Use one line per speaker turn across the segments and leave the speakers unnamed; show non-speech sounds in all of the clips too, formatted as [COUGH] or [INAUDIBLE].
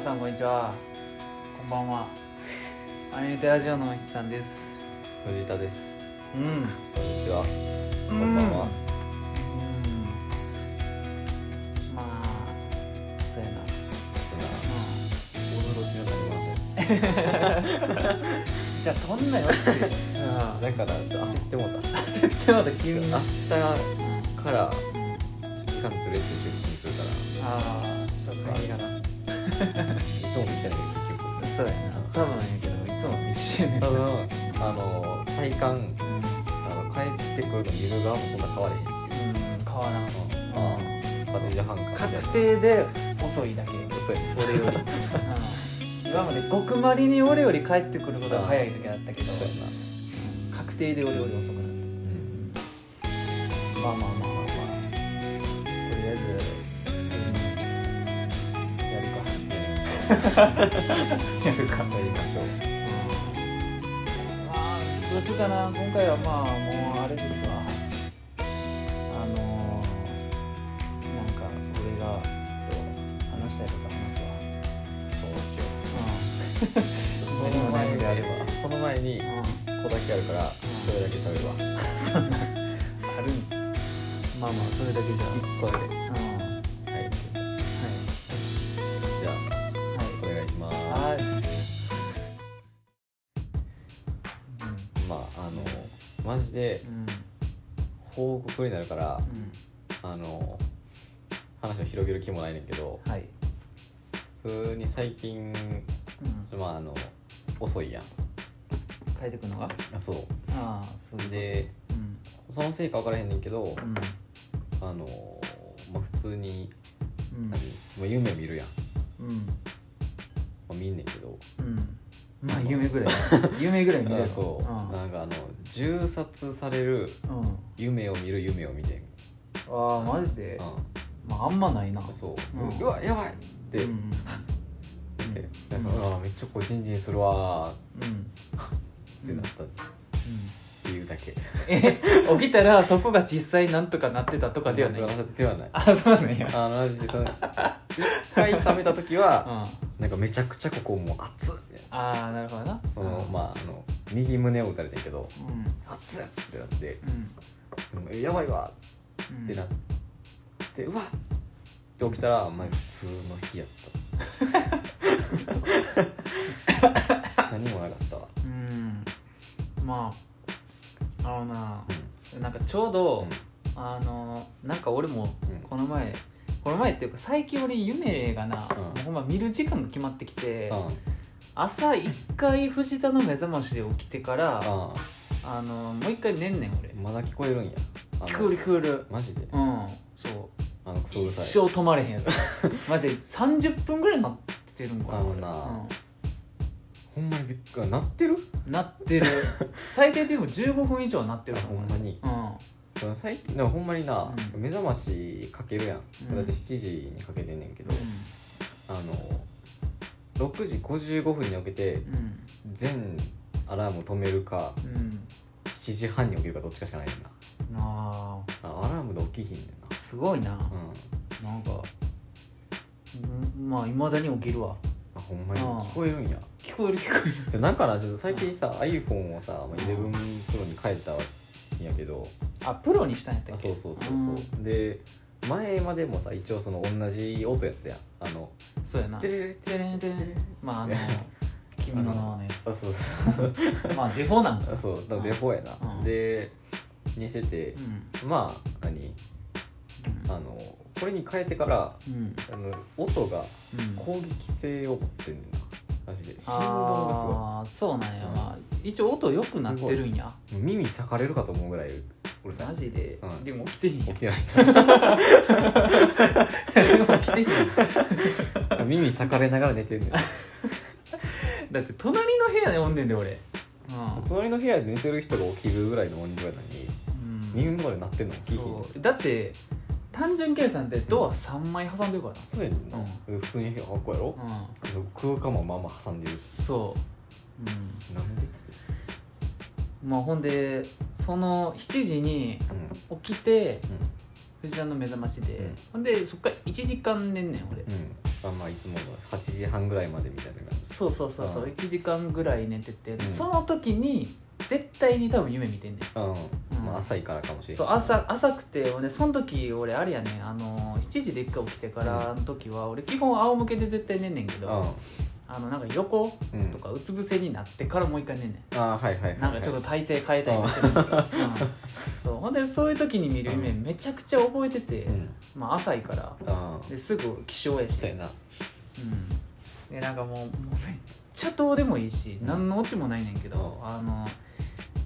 さんこんにちはこんばんはアニメテラジオの石さんです
藤田です
うん
こんにちはこんばんは
うんまあそうやな、
驚きはな
じゃあ撮んなよって [LAUGHS] いう、うん
りませんだからちょっと焦ってもうた
焦ってまた急に
明
あ
日から期間ずれて出勤するから
あーちょっと大変やない
つも見てない結
そうやな多分やけどいつも一緒やねん
局多分あの体感あの帰ってくるの見る側もそんな変われへんっていう
うん買わなあ
ああ8時半から
確定で遅いだけ
そうや
俺よりうん今まで極まりに俺より帰ってくることが早い時あったけど
そうやな
確定で俺より遅くなっ
うん
たまあまあまあまあまあとりあえず普通にやるか [LAUGHS] やるか
やりましょう
まあどうしようかな今回はまあもうあれですわあのーなんか俺がちょっと話したいこと話すわ
そうしよう
何もないんであれば
その前に
うん、うん
ここだけあるからそれだけ喋るわ
そんなあるんまあまあそれだけじゃ
1個だけ
うんは
はい
い
じゃあお願いします
はいはい
まああのマジで
うんうん
報告になるから
う
あの話を広げる気もないねんけど
んはい
普通に最
う
近
ん
まああの遅いやん
変えてくのが
あそ
ああそう
う
いう
で
ことうん
そのせいか分からへんねんけど
うん
あのまあ普通に
うん
何、まあ、夢見るやん、
うん
まあ、見んねんけど
うんまあ夢ぐらい夢ぐらい見れ
あ
る
そうなんかあの銃殺される
うん、うん、
夢を見る夢を見てん、
ああマジで
う、
まああんまないなん
そうう、
ん
うわやばいっつって、
うん
ってなんか、うわめっちゃこうジンジンするわ
うんうん
ーってなったっていうだけ、
え起きたらそこが実際なんとかなってたとかではない
ではない
あそうなんや
あのマジでその一回冷めた時は、
あ
なんかめちゃくちゃここもう熱っみたいな
あーなるほどな
そのまああの右胸を打たれてんけど
うん
熱っってなって
うん
「えやばいわ」
うん
ってなって、うわっって起きたらまあ普通の日やった
[LAUGHS]
何もなかったわ
うんまああのな
うん
なんかちょうど
うん、
あのなんか俺も
うん
この前、この前っていうか最近俺夢がな、
うん
もうほんま見る時間が決まってきて、
うん
朝一回藤田の目覚ましで起きてから、
あ
あのもう一回寝んねん俺
あ、まだ聞こえるんやあの
聞こえる聞こえる
マジで
うんそう
あのクソう
一
るさい
生止まれへんや
[LAUGHS]
つマジで30分ぐらいなってるんかな
あのなほんまにびっくりなってる
うん、なって
[LAUGHS]
る最低でも15分以上はなってる
ほんまに
うん
その最近でもほんまにな、
うん
目覚ましかけるやん、
うん
だって7時にかけてんねんけど、
う
あの6時55分に起きて
ん
全アラームを止めるか
うん、うん、
7時半に起きるかどっちかしかないねんな
あ
あアラームで起きひんねんな
ーすごいな、
うん
なんかうんまあいまだに起きるわ
あほんまに
ああ
聞こえるんや
聞こえる聞こえる
じゃなんかなちょっと最近さ iPhone をさまあ11 Pro に変えたんやけど
あプロにしたんやった
あ
っ
そ
け
うそうそうそうで前までもさ一応その同じ音やったやんあの
うんそうやな
テレレテレレテレレ
まあ
[LAUGHS]
あの君の名はね
あそうそう [LAUGHS]
まあデフォなんか
あそうだからデフォや
う
なんでにしてて
うん
まあ何あのこれに変えてから
うんうん
あの音が
うん
攻撃性を持ってんねんなマジで振動が
ああーそうなんや、
うん
まあ、一応音良くなってるんや
すごい耳裂かれるかと思うぐらいうるさい
マジで、
うん
でも起きてへん
起
や
きてない [LAUGHS]
でも [LAUGHS] 起きてへんや
耳裂かれながら
[LAUGHS]
寝てんねん
だって隣の部屋でおんねんで俺う
隣の部屋で寝てる人が起きるぐらいの音量やのに
ん、うん、
耳元で鳴ってんの起きひん
そうだって単純計算でドア3枚挟んでるか
そうやねんな、普通に部屋箱やろ、
らなうん
空間もまあまあ挟んでるし
そううん
なんで
まあほんでその7時に
うん
起きて
うん
藤田の目覚ましで、
うん
ほんでそっから1時間寝んねん俺、
うんあまあいつもの8時半ぐらいまでみたいな感じ
そうそうそうそう
うん
1時間ぐらい寝てて、
ん
その時に絶対に多分夢見てんねん
う
う
ん、
ん
まあ浅いからかもしれん
そう朝浅くて俺その時俺あれやねあの7時で一回起きてからの時は俺基本仰向けで絶対寝んねんけ
う
ど、
んあ
あのなんか横
うん
とかうつ伏せになってからもう一回寝んねん
あはいはいはい、はい、
なんかちょっと体勢変えたりもしてるけど、うんそうほんでそういう時に見る夢めちゃくちゃ覚えてて、
うん
まあ浅いから
ああ
ですぐ起床やし
そう
て
やな
うん、でなんかもうもうめっちゃどうでもいいし、
うん
何のオチもないねんけど、
う
あの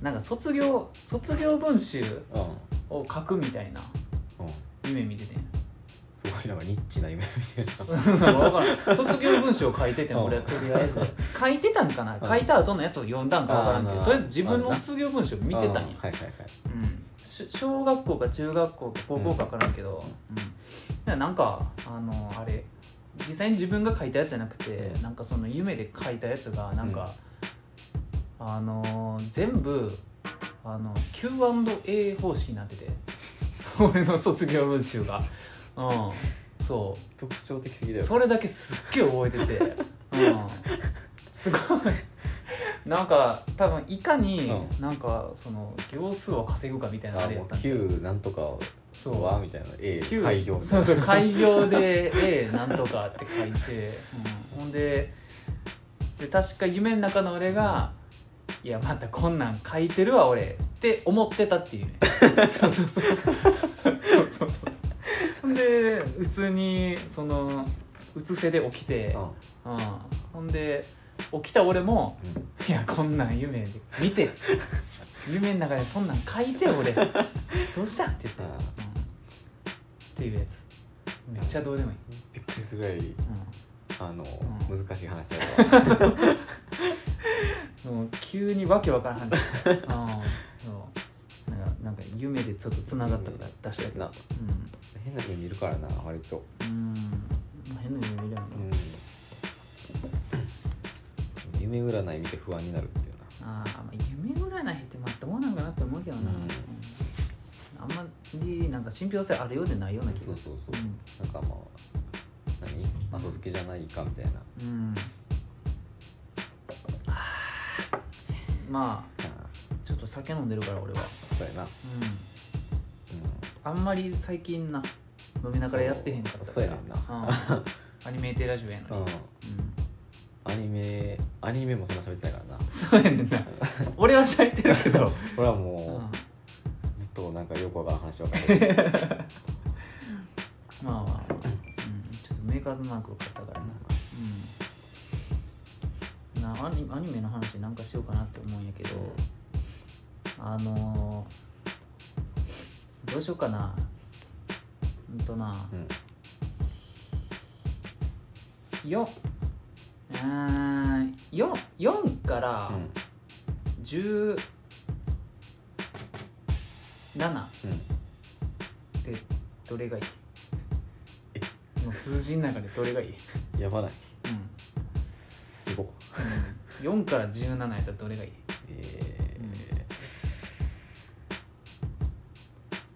なんか卒業卒業文集
うん
を書くみたいな
うん
夢見ててん
すごいなんかニッチな夢見てるな
分からん卒業文集を書いててん
うん
俺はとりあえず書いてたんかな
うん
書いた後のやつを読んだんか分からんけ
あ
ど
ー
とりあえず自分
あ
の
るな
卒業文集を見てたん
う
や、
はいはいはい
うん、し小学校か中学校か高校か分からんけど、うんだからなんかあのあれ実際に自分が書いたやつじゃなくて、
うん
なんかその夢で書いたやつがなんか、あのー全部あの Q&A 方式になって
[LAUGHS]
て俺の卒業文集がうんそ
特徴的すぎだ
う
よ
それだけすっげえ覚えて
[LAUGHS]
て、うん、すごいなんか多分いかに
う
なんかその行数を稼ぐかみたいな
あ
ので
もう9なんとかは
そう
はみたいな A
旧
開業みた
そ
いう
そ
な
う開業で A なんとかって書いて、うんほんでで確か夢の中の俺が「いやまたこんなん書いてるわ俺」って思ってたっていうね [LAUGHS] そうそうそうそうそうそう [LAUGHS] ほんで普通にそのうつせで起きて、うんほんで起きた俺も
うんうん
いやこんなん夢で見て夢の中でそんなん書いて俺どうしたんって言って、
あ
うん、っ
あ
ていうやつめっちゃどうでもいい、
びっくりするぐらいあの、
う
難しい話
[LAUGHS]
だよ
うん、もう急にわけわからん話うんそうなんかなんか夢でちょっとつながったから出したけど
な変な夢見るからな割と
うん、うんまあ、変な夢見だよね、
うん夢占い見て不安になるっていうな
あーまあ夢占いってまあどうなんかなって思うけどな、
うん
うんあんまりなんか信憑性あるようでないような気
そ
が
う
す
そうそう、なんかまあ何後付けじゃないかみたいな、
るうんまあちょっと酒飲んでるから俺は
そうやな、うん、
うんあんまり最近な飲みながらやってへんかったから
そうやねんな [LAUGHS]
うんアニメーテラジオやのに、
うんアニメアニメもそんな喋ってないから
う
な
んそうやねんな俺は喋ってるけ
[LAUGHS]
ど、
俺は
うん
も
ま
う、ずっとなんかよくわからん話ばっかりうん
あまあまあ、うん、ちょっとメーカーズマークを買ったからなうんなアニアニメの話なんかしようかなって思うんやけどあのー、どうしようかなうんとな、
うん
ようーん 4, 4から
うん
17っ
うん
てどれがいいもう数字の中でどれがいい、うん
やばないすごっ
4から17やったらどれがいい
え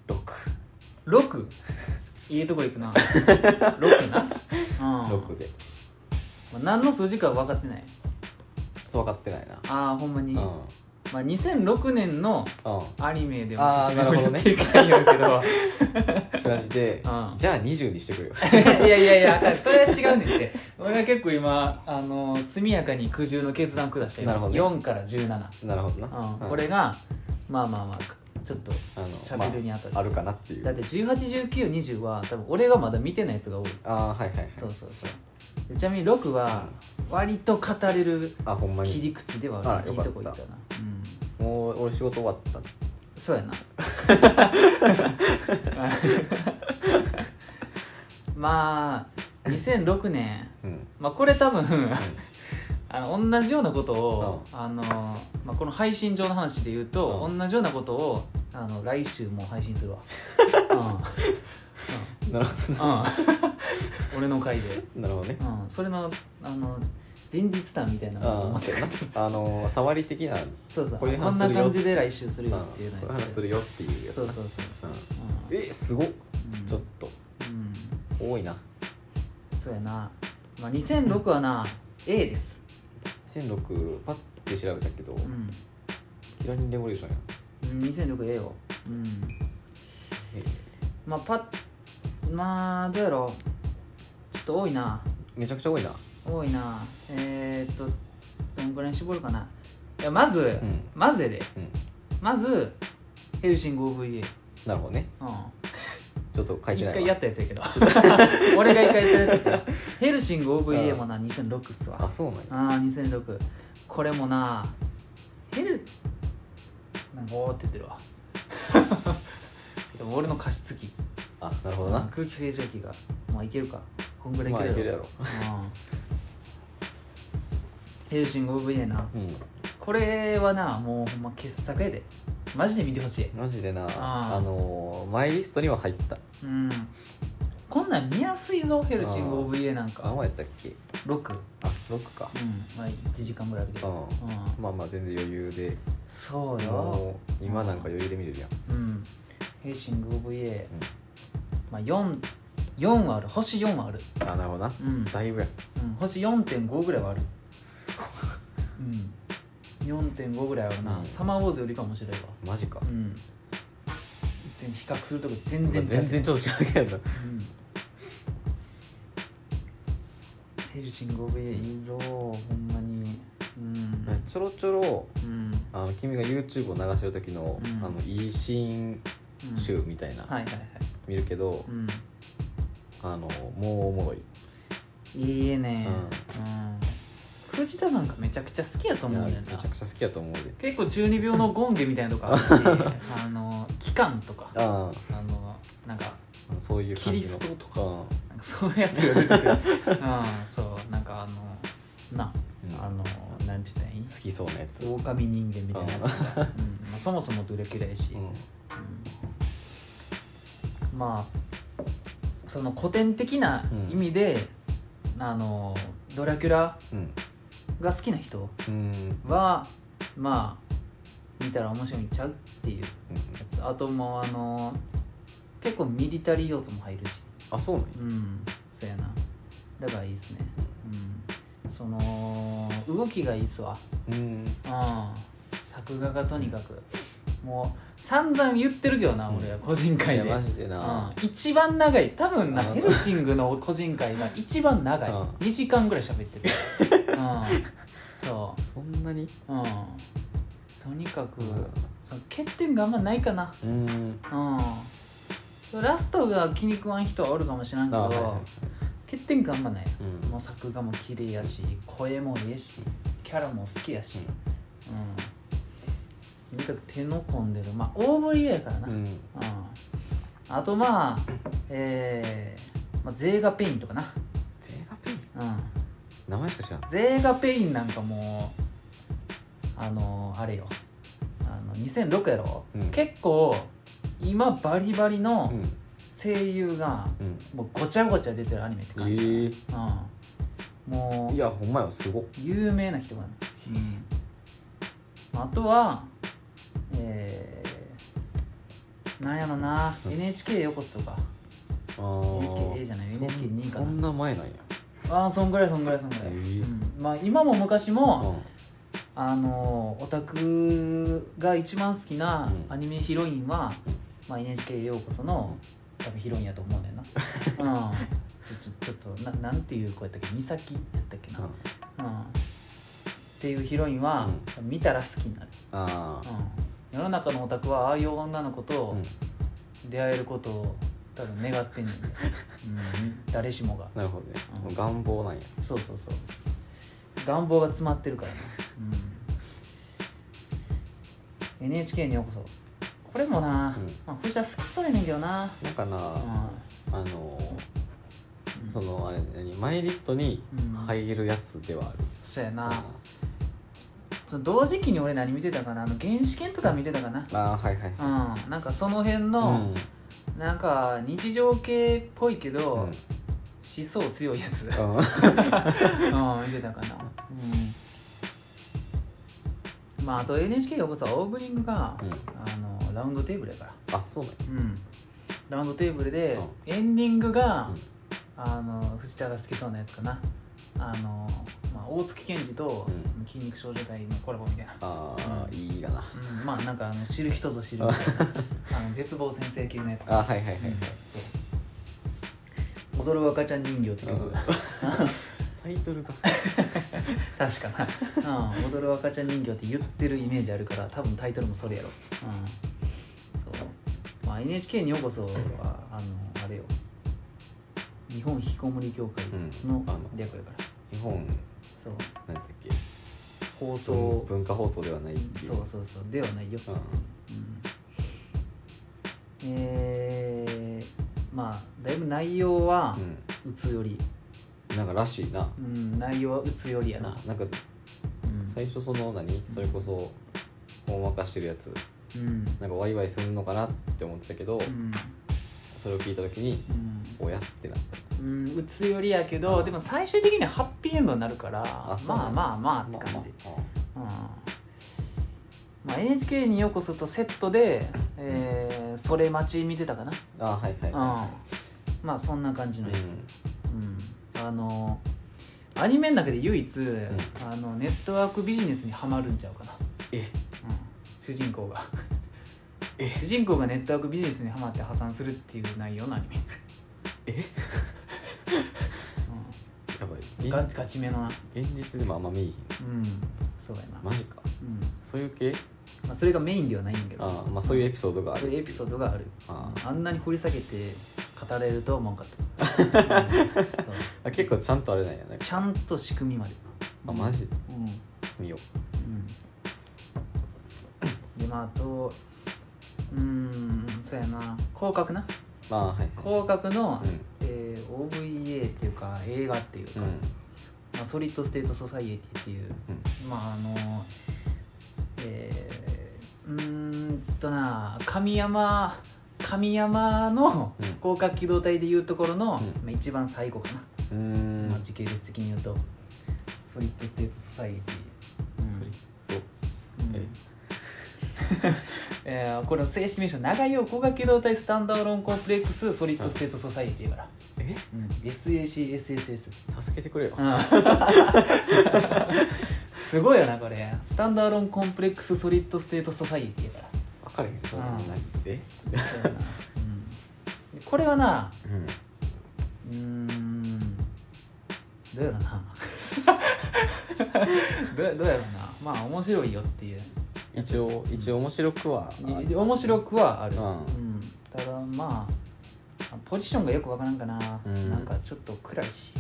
ー、6
6いいとこ行くな6な、うん
6でちょ
まあ、何の数字かは分かってない
っと分かってないな
ああほんまに、
うん
まあ、2006年の
うん
アニメでお
あ
すす
ー
め
な
を
るほ
やっ
どね
ていきたいんやけど
マジで、
うん
じゃあ20にしてくれよ
[LAUGHS] いやいやいやあかんそれは違うねんって俺は結構今あの速やかに苦渋の決断下したよ
なるほどね
4から17、
なるほど
うん
な、うん
これがまあまあまあちょっと
あの
しゃべるにあたって、
まあ、あるかなっていう
だって181920は多分俺がまだ見てないやつが多い
ああーはいはいはい
そうそうそうでちなみに6は割と語れる
あほんま
切
に
り口ではある
あ
いい
ら
とこ
よ
行っ
かった
たなうん
もう俺仕事終わった
そうやな [LAUGHS] まあ2006年
うん
まあ、これ多分あの同じようなことを、
う
あのまあ、この配信上の話で言うと、
うん
同じようなことをあの来週も配信する
[LAUGHS]
わ、
なるほど
うんうん、俺の回で、
なるほどね
うん、それのあの前日談みたいなのを
あ
持ってくる
ーあのー触り的な
そうそう
こういう
こ
話
ん
するよ
な感じで来週するよ
まあ
っていうの
こういう
やっ
話
て
するよっていうやつ
そ
な
うそうそうそう、
うんえすごっ
うん
ちょっと
うん
多いな
そうやなまあ、2006はな A です、
2006パッて調べたけど、
うん、
キラリンレボリューションや
2006 A よ、うん、
え
まあパッまあどうやろうちょっと多いな
えめちゃくちゃ多いな
多いなえー、っとどんぐらいに絞るかないやまず、
ん
まずやで
うん
まずヘルシング OVA
なるほどね
うん
ちょっと書いて
一
ない
回や
っ
ったやつやけど [LAUGHS] 俺が一回やったやつやけどヘルシング OVA もな2006っすわ
あそうなんや
ああ2006これもなヘルなんかおーって言ってるわ [LAUGHS] でも俺の加湿器
あなるほどな
空気清浄機がまあいけるかこんぐらいい
ま
け
あ
る
いける
や
や
ろ、
ろ
うんヘルシング OVA な
うん
これはなもうほんま傑作やでマジで見てほしい
マジでな
あ
あのーマイリストには入った
うんこんなん見やすいぞヘルシング
あー
OVA なんか
何話やったっけ
6うん
あ六6か
まあ1時間ぐらいあるけ
う
ど、
ん
うん、
まあまあ全然余裕で
そうよ
もう今なんか余裕で見れるやん
うんヘルシング OVA、まあ、4, 4はある星4はある
あなるほどな
うん、
だいぶや
うん、星4.5ぐらいはあるうん4.5ぐらいあるな、
うん
サマーウォーズよりか面白いわ
マジか
うん全比較するとこ全然違う
全然ちょっと違うけど
うんヘルシング OVA いいぞほんまにうん、
[LAUGHS] ちょろちょろ
うん
あの君が YouTube を流してる時の,、
うん
あのいいシーン
うん
集みたいな、
はいはいはい
見るけど、
うん
あのもうおもろい
いいえねうん藤田なんかめちゃくちゃ好きやと思う
い
ね
や
ん
めち
な
ゃくちゃ好きやと思うで
結構中二病の権限みたいなとこあるし [LAUGHS] あの期間とか
あ
あのなんか
あそういう感じの
キリストとか
うん
なんかそういうや [LAUGHS] つが出てくるうんそうなんかあのな
うん
あのなんて言ったらいい
好きそうなやつ、
狼人間みたいなやつ [LAUGHS] が、うんまあ、そもそもドラキュラやし、
うん
うんまあその古典的な意味で、あのドラキュラ
うん
が好きな人
うん
はまあ見たら面白いんちゃうっていうやつあともうあの結構ミリタリー要素も入るし
あそうなんや
うんそうやなだからいいっすねうんその動きがいいっすわ
うん
うん作画がとにかくもう散々言ってるけどな、
うん
俺は個人会
い
で
やマジでな、
うん一番長い多分な
あー
ヘルシング
[LAUGHS]
の個人会が一番長い
うん
2時間ぐらい喋って
[LAUGHS]
る、うん、そ
そんなに
ううんとにかくその欠点があんまないかな
うん
うんラストが気に食わん人はおるかもしれんけど、
あはいはいはい
欠点があんまない、
うん
もう作画も綺麗やし声もええしキャラも好きやし、うん、とにかく手の込んでるまあ OVA やからな、
う
うん
ん
あとまあえーまあ、ゼーガペインとかな、
ゼガペイン
うん、
名前しか知らん
ゼーガペインなんかもうあのーあれよあの2006やろ、
うん
結構今バリバリの
うん
声優が
うん
もうごちゃごちゃ出てるアニメって
え
感じ、
ー
うん、もう
いやほんまやすごっ
有名な人がね、あとはえー、なんやろな NHK 横須とか
あー
NHK じゃない
そん
NHK かな
そんな前なんや
ああそんぐらいそんぐらいそんぐらい、
へー
うんまあ、今も昔も、
うん
あのーオタクが一番好きなアニメヒロインは、
うん
まあ、NHK ようこその多分ヒロインやと思うね
[LAUGHS]
んなうんちょちょちょっとななんていう子やったっけ美咲やったっけな、
うん
うん、っていうヒロインは、見たら好きになる、
ああ
うん、世の中のオタクはああいう女の子と
うん
出会えることを多分願ってんねんで、うん、誰しもが
なるほどね
うん
もう願望なんや
そうそうそう願望が詰まってるからね、うん、NHK にようこそこれもな、
うん
まあ、藤田好きそうやねんけどな、
なんかな
うん
あの
うん
ーそのあれ何マイリストに
うん
入るやつではある
そうやな、
う
その同時期に俺何見てたかなあの原始圏とか見てたかな、
んああはいはい
うん、なんかその辺
う
の、
ん
なんか日常系っぽいけど、
うん
思想強いやつ、
うん
うん、見てたかな、うん、まああと NHK ようこそはオープニングが、
うん
あのラウンドテーブルやから、
あそうなんや
うん、ラウンドテーブルで
う
エンディングが、
うん
あの藤田が好きそうなやつかなあの、まあ、大月健二と
うん
筋肉少女隊のコラボみたいな、
ああ、
うん
いいかな
うんまあなんかあの知る人ぞ知るみたい
[LAUGHS]
なあの絶望先生級のやつか
あはいはいはい
うんそう踊る赤ちゃん人形って曲、 [LAUGHS]
うんタイトルが
確かな、うん、踊る赤ちゃん人形って言ってるイメージあるから多分タイトルもそれやろ、うん、そう、まあ、NHK にようこそはあのあれよ日本ひきこもり協会
う
の
んあの
略やから、
日本
そう
なんだっけ
放送
文化放送ではないっていう
そうそうそうではないよ、
うん
うんえー、まあだいぶ内容は
う
うつより、
ん、なんからしいな
うん、内容はうつよりやな、
なんか
うん
最初その何それこそほんわかしてるやつ
うん
なんかワイワイすんのかなって思ってたけど、
うん
それを聞いた時に
うん
おやってなった
うん、うつよりやけど、
うん
でも最終的にはハッピーエンドになるから
そ
ま
うな
あ
んだ
まあまあって感じ、
まあま
うんまあ、NHK にようこそとセットで、えーそれ待ち見てたかな、
あああはいはいは
うん、まあそんな感じ
い
のやつ、うんあのアニメの中で唯一、あのネットワークビジネスにはまるんちゃうかな、
え
うん、主人公が主人公がネットワークビジネスにはまって破産するっていう内容のアニメ
え
うん
やばい
ガ
現
ガチめのな
現実でもあんま見えへん
うんそうやな、
マジか
うん
そういう系
まあ、それがメインではないんだけど
ああまあそういうエピソードがある
そういうエピソードがある
あ
あんなに掘り下げて語れるとは思わんか
[LAUGHS]
った、うんそう
あ結構ちゃんとあれなんやね
ちゃんと仕組みまで
あマジで
うん、うん
見よ
でまああとうーんそうやな広角な
うまあはい
広角の、
うん
えー OVA っていうか映画っていうか、
うん
まあ、ソリッド・ステート・ソサイエティっていう
うん
まああのえー、うーんとな神山神山の
うん
広角機動隊でいうところの、
うん
まあ、一番最後かな、
うーん
まあ、時系列的に言うとソリッド・ステート・ソサイエティ、うん
それと
うん [LAUGHS] えーこれの正式名称長いよ広角機動隊スタンダーロンコンプレックスソリッド・ステート・ソサイエティから、
え
うん SACSSS
助けてくれよ
うん [LAUGHS] すごいよなこれスタンダーロンコンプレックスソリッドステートソサイエティやか
分かれへんそんな
うん
何え
らそうやな、うん、これはなう
うん
ーんどうやろな [LAUGHS] どうどうやろなまあ面白いよっていう
一応一応面白くはあ
い面白くはある、
うん
うんただまあポジションがよくわからんかな、
うん
なんかちょっと暗いし、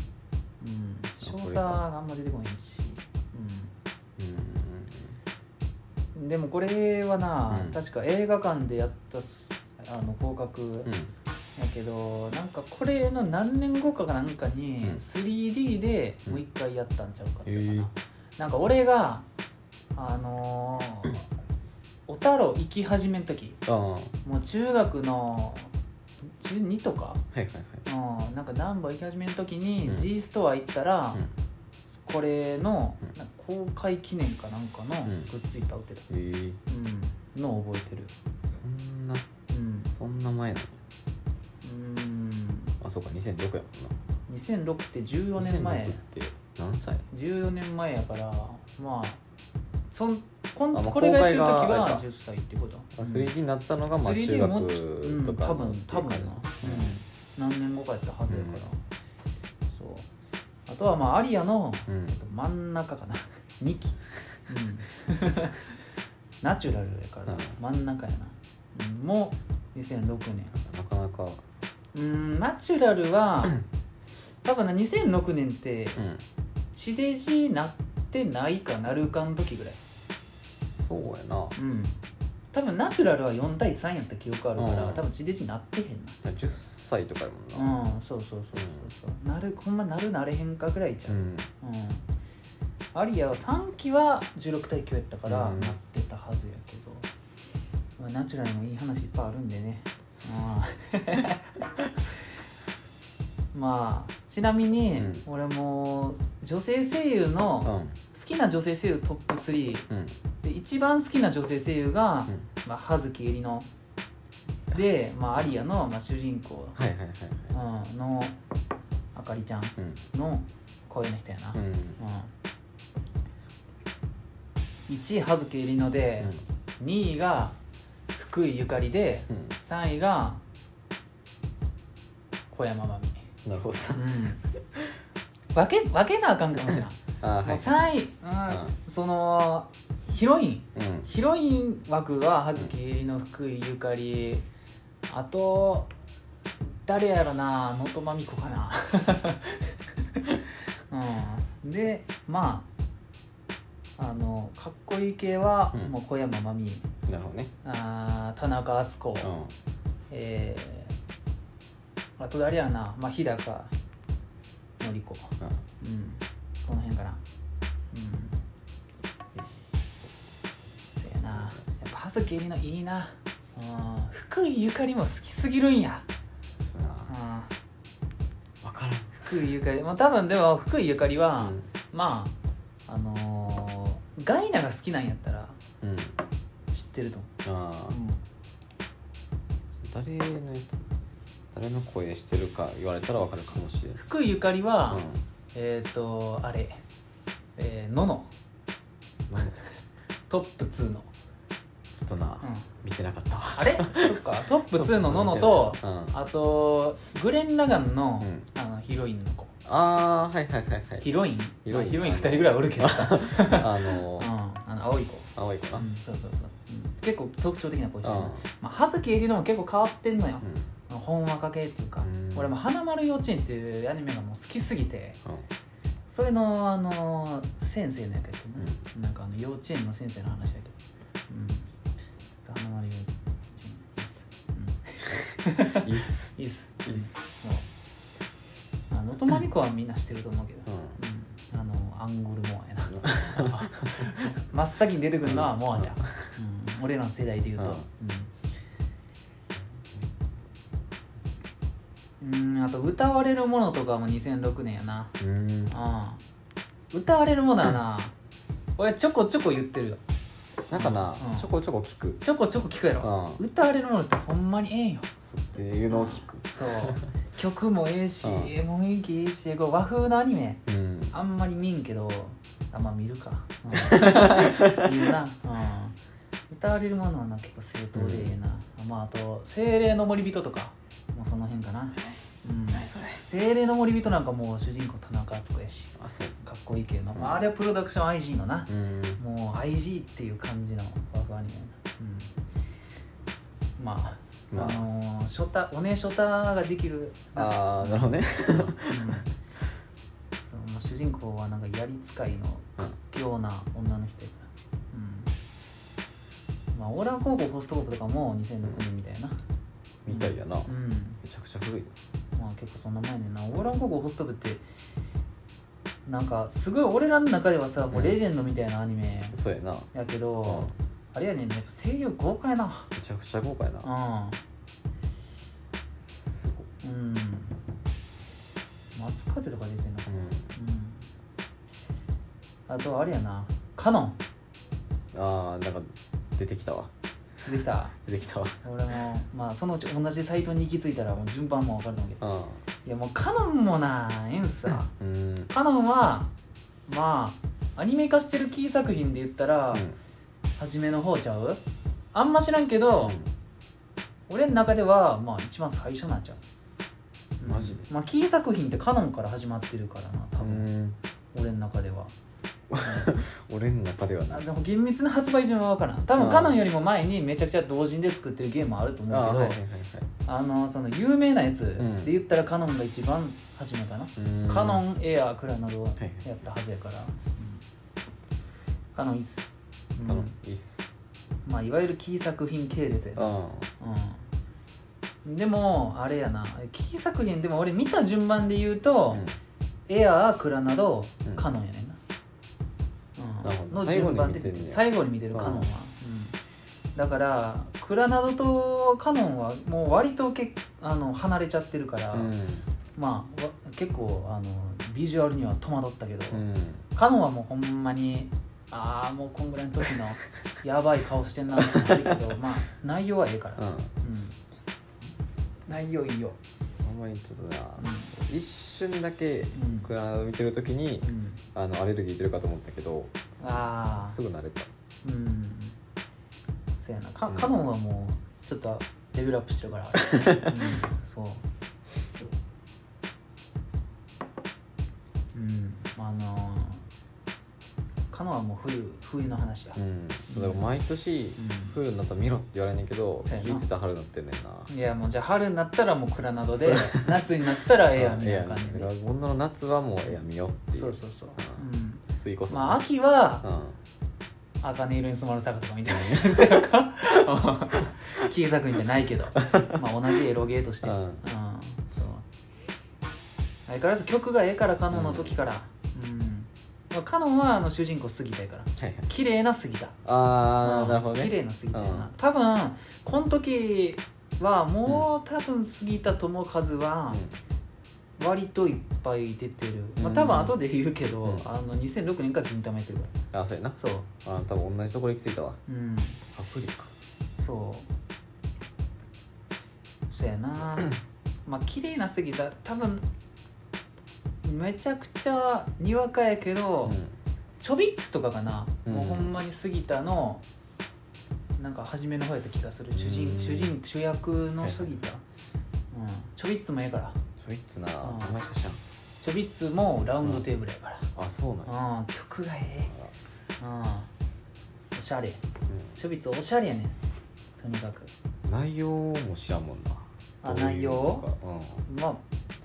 うん、
あ
詳
これ
細
か
があんま出てこないし、うん
うん
でもこれはな、
うん
確か映画館でやったすあの広角
うん
やけど、なんかこれの何年後かかなんかに
うん
3D でもう一回やったんちゃうかったかな、
へえ
なんか俺があのー小太郎行き始めの時
ああはい
もう中学の12とか、
はいはい
うん、なんか難波行き始めの時に
うん
G ストア行ったら、
うん
これの
うん
なんか公開記念かなんかの
うん
グッズいっぱい売ってた。
えー
うん、のを覚えてる
そんな
うん
そんな前なの
うん
あそうか2006や
2006って14
もんな
年前
2006って何歳
14年前やからまあそんこん
あまあ
これがやってる時
公開があれ
は
か
10歳ってこと
あ
うん
3D になったのがまあ
3D
中
もちう
学
ん
とか
多分多分な、
う
う
ん
ん、何年後かやったはずやから、そうあとはまあアリアの
うん
真ん中かな2 [LAUGHS]
[LAUGHS]
期、うん、ナチュラルやから
うん
真ん中やな、うん、もう2006年
なかなか
うーんナチュラルは多分な2006年って
うん
地デジなってないかなるかん時ぐらい
そうやな
うん多分ナチュラルは4対3やった記憶あるから、
うん
多分地デジなってへん
10歳とかやもんな
なうんそうそうそうそうそう、なるほんまなるなれへんかぐらいじゃん、
ん
うんアリアは3期は16対9やったから
うん
なってたはずやけど、まあ、ナチュラルもいい話いっぱいあるんでねまあ [LAUGHS] まあちなみに
うん
俺も女性声優
う
の
ん
好きな女性声優トップ3
うん
で一番好きな女性声優が、
うん
まあ、葉月えりので、まあ、アリアの、まあ、主人公
はいはいはいはい
うんのあかりちゃん
うん
の声の人やな、
うん
うん、1位葉月えりので、2位が福井ゆかりで
うん
3位が小山まみ、
なるほど
うん、分け分けなあかんかもしれ [LAUGHS] ん、も
あーは
う
い
3位、うんそのヒロイン
うん
ヒロイン枠は葉月えりの福井ゆかりあと誰やろな能登まみ子かな [LAUGHS] うんでまああのかっこいい系は、
うん
もう小山まみ
なるほどね
あー田中敦子、
うん
えーあと誰やろな、まあ、日高のり子
う
うんこの辺かなうんそやなやっぱ葉月えりのいいなうん福井ゆかりも好きすぎるんや
んそうやな
うん
わからん
福井ゆかりまあ多分でも福井ゆかりは、
うん
まああのーガイナが好きなんやったら
うん
知ってると思
あ
う、
ー誰のやつ誰の声してるか言われたらわかるかもしれない
福井ゆかりは、
う
えっ、とあれえー、のの
んなんか
トップ2の、 [LAUGHS]
ちょっとな
うん
見てなかったわ
あれそっかトップ2のののと
うん
あとグレン・ラガンの,、
うん
あのヒロインの子、
あーはいはいはいはい
ヒロイン
ヒ
ヒ
ロ
ロイ
イン
ン,、ヒロイン2人ぐらいおる [LAUGHS] けどさ、
あ
う
の
ん、あの青い子、
青い子
う
なうん
ん、そうそうそう、うん結構特徴的な子じゃ
うん
んまあ、葉月えりのも結構変わってんのよ、ほんわか系っていうか、
うん
俺も「花丸幼稚園」っていうアニメがもう好きすぎてそれの、あの先生の役やってるね、なんかあの幼稚園の先生の話やけどうんちょっと花丸幼稚園いいっす、
うんい
うん、い
いっす
いっす
いいっす
うんあのとまみ子はみんな知ってると思うけど、うんあのアンゴルモアやな [LAUGHS] 真っ先に出てくるのはモアちゃん、うん、俺らの世代で言うとうん、うんあと「歌われるもの」とかも2006年やな
うん
うん歌われるものはな俺ちょこちょこ言ってるよ
なんかな
うん
ちょこちょこ聞く
ちょこちょこ聞くやろ
うん
歌われるものってほんまにええんよ
そうっていうのを聞
[LAUGHS]
く
そう曲もええし
うん
雰囲気いいしこう和風のアニメ
うん
あんまり見んけどあまあ見る
[LAUGHS]
か、うん見るな、うん、歌われるものはな結構正当でええな、まああと「精霊の森人」とかもうその辺かな、うん、
それ
精霊の森人なんかもう主人公田中敦子やし
あそう
かっこいいけどな、まあ、あれはプロダクション IG のな、
うん
もう IG っていう感じのワクワクアニメやな、うん、まあ、
まあ
あのー、ショタおねショタができる
あーなるほどね [LAUGHS]
その主人公はなんか槍使いの屈強な女の人やからうんまあオーラ高校ホスト国とかも2006年みたいな
みたいやな
う
め
ん
ちゃくちゃ古い
まあ結構そんな前ねんなオーラ高校ホスト部ってなんかすごい俺らの中ではさもうレジェンドみたいなアニメ
なそうやな
やけ
う
ど
ん
あれやねんねやっぱ声優豪快な
めちゃくちゃ豪華やな
う
すごい
んうん松風とか出てんのかな
うん
うんあとあれやなカノン
あーなんか出てきたわ
できた
出てきたわ
俺もまあそのうち同じサイトに行き着いたらもう順番も分かると思うけど
う
い
ん
やもうカノンもなええんすわ
うん
カノンはまあアニメ化してるキー作品で言ったら、初めの方ちゃうあんま知らんけど、俺の中ではまあ一番最初なんちゃううん
マジで
まあキー作品ってカノンから始まってるからな多
う
分、
ん
俺の中では
俺の中ではな
あでも厳密な発売順は分からん多
あ
分
ー
カノンよりも前にめちゃくちゃ同人で作ってるゲームあると思うけど
あ
あ,、
ーはいはいはい
のその有名なやつ
ん
で言ったらカノンが一番初めかな、
はい
カノ
ン
ンエアークラなどや
い
ったはずやから、うんカノンいいっす、うん
カノンいいっす
まあ、いわゆるキー作品系列やな
あ
うんでもあれやなキー作品でも俺見た順番で言う
あ
と、
うん
エアークラなど、
うん
カノンやねんな,、
なるほど
の順番で
最後に見てん
最後に見てる
ねや
カノンは、うんだからクラなどとカノンはもう割とけあの離れちゃってるから、
うん
まあわ結構あのビジュアルには戸惑ったけど、
うん
カノンはもうほんまにああもうこんぐらいの時
[LAUGHS]
のやばい顔してんなって思うけどまあ内容はええから、
う
う
ん
ん内容いいよ、
あんまりちょっとな
う
一瞬だけクラウド見てる時に、
うん、
あのアレルギー出るかと思ったけど
ああ
すぐ慣れた
うんそうやなか
うん
カノンはもうちょっとレベルアップしてるから、うん、そううんまああのーカノンはもう冬冬の話や
う、んだから毎年冬になったら見ろって言われんねんけど
そうやな
気ぃついたら春になってんねんない
やもうじゃあ春になったらもう蔵などで夏になったらええやんみたいな感じ
ええやんだ
で
から女の夏はもうええやん見ようっていう
そうそうそう、
うん次こ
うん、
そ
まあ秋は
うん
茜色に染まる坂とかみたいな感じ [LAUGHS] やんかキー作品じゃないけどまあ同じエロゲーとして、
う
うんんそう相変わらず曲がええからカノンの時から、うんまあカノンはあの主人公杉田やから
はいはい
綺麗な杉田
あ
う
あ
ん
なるほどね
綺麗な杉田やな、
うん
多分この時はもう多分杉田智和は、割といっぱい出てる、まあ、多分後で言うけど、
うん
あの2006年から銀玉やってるか
うんあそうやな
らそう
あ多分同じところ行き着いたわ
うん
アフリカ
そうそや
[CLEARS THROAT]
なまあ綺麗な杉田多分めちゃくちゃにわかやけど、ちょびっつとかかな、
うん
もうほんまに杉田のなんか初めの方やった気がする主人,、
うん
主人主役の杉田、うん、ちょびっつもええから
そいつな
うん
名前しか知らん
ちょびっつもラウンドテーブルやから、
あそうなんや
うん、曲がええ
あら
うんおしゃれ
う
ショビッツおしゃれやねんとにかく
ん内容も知らんもんな
あ
どういうのか
まあ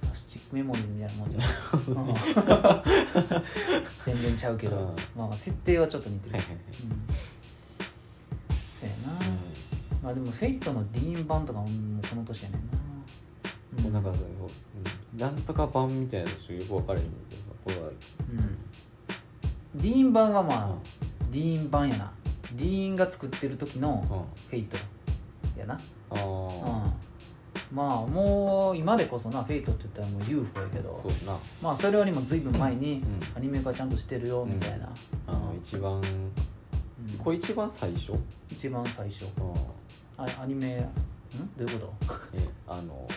プラスチックメモリーみたいなもんじゃない
うんはい [LAUGHS]
全然ちゃうけど、
うん
まあまあ設定はちょっと似てる、
はいはい
うんそうやな、
う
まあでもフェイトのディーン版とかももうこの年やねんな、
んもうなんかそううんなんとか版みたいなやつよく分かれへんねんけどさこ
うん、ディーン版は
れは
まあ、ディーン版やなディーンが作ってる時
う
の
んうん
フェイトやな
あー
うんまあもう今でこそなフェイトって言ったらもう UFO やけど
そうやな
まあそれよりも随分前に
うん
アニメ化ちゃんとしてるよみたいな、
あの一番
うん
これ一番最初うん
一番最初あアニメんどういうこ
[LAUGHS] えあの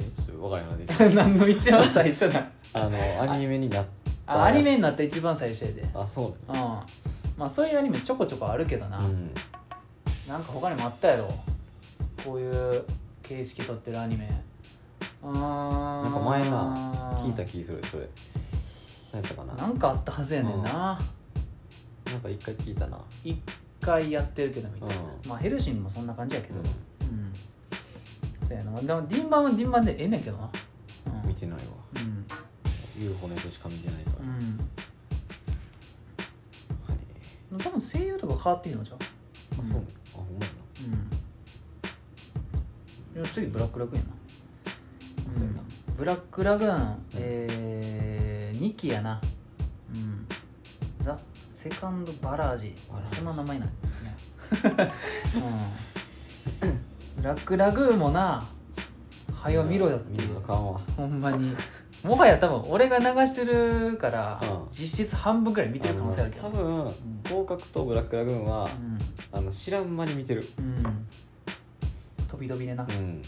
えちょっと分からへんない
[LAUGHS]
です
と何の一番最初だ
あのアニメになったやつ
あアニメになった一番最初やでうん
あそうなんや
まあそういうアニメちょこちょこあるけどな、
うん
なんか他にもあったやろこういう形式取ってるアニメうん
な
なん
か前な聞いた気するそれ何やったかな
なんかあったはずやねんな、
なんか一回聞いたな
一回やってるけどみたいな、
うん
まあヘルシンもそんな感じやけど
う
うんん、そうやなまあでもディンバンはディンバンでええねんけどな
見てないわ
うん
UFO のやつしか見てないから、
う
は
ん、
い
うん、多分声優とか変わっていいのじゃ
あそう
うん
なのあほんまや
うんいや次ブラックラグーンやな
あそうやな
ブラックラグーン、えー、2期やなうんザ・セカンド・バラージ
バラージ
そんな名前ないね、うん、ブラックラグーンもなはよ見ろよってい
見な
う
あかんわ
ほんまにもはや多分俺が流してるから、
うん
実質半分ぐらい見てる可能性あるけど
の多分合格とブラックラグーンは、あの知らん間に見てる
うん、うん、飛び飛びでな
うん、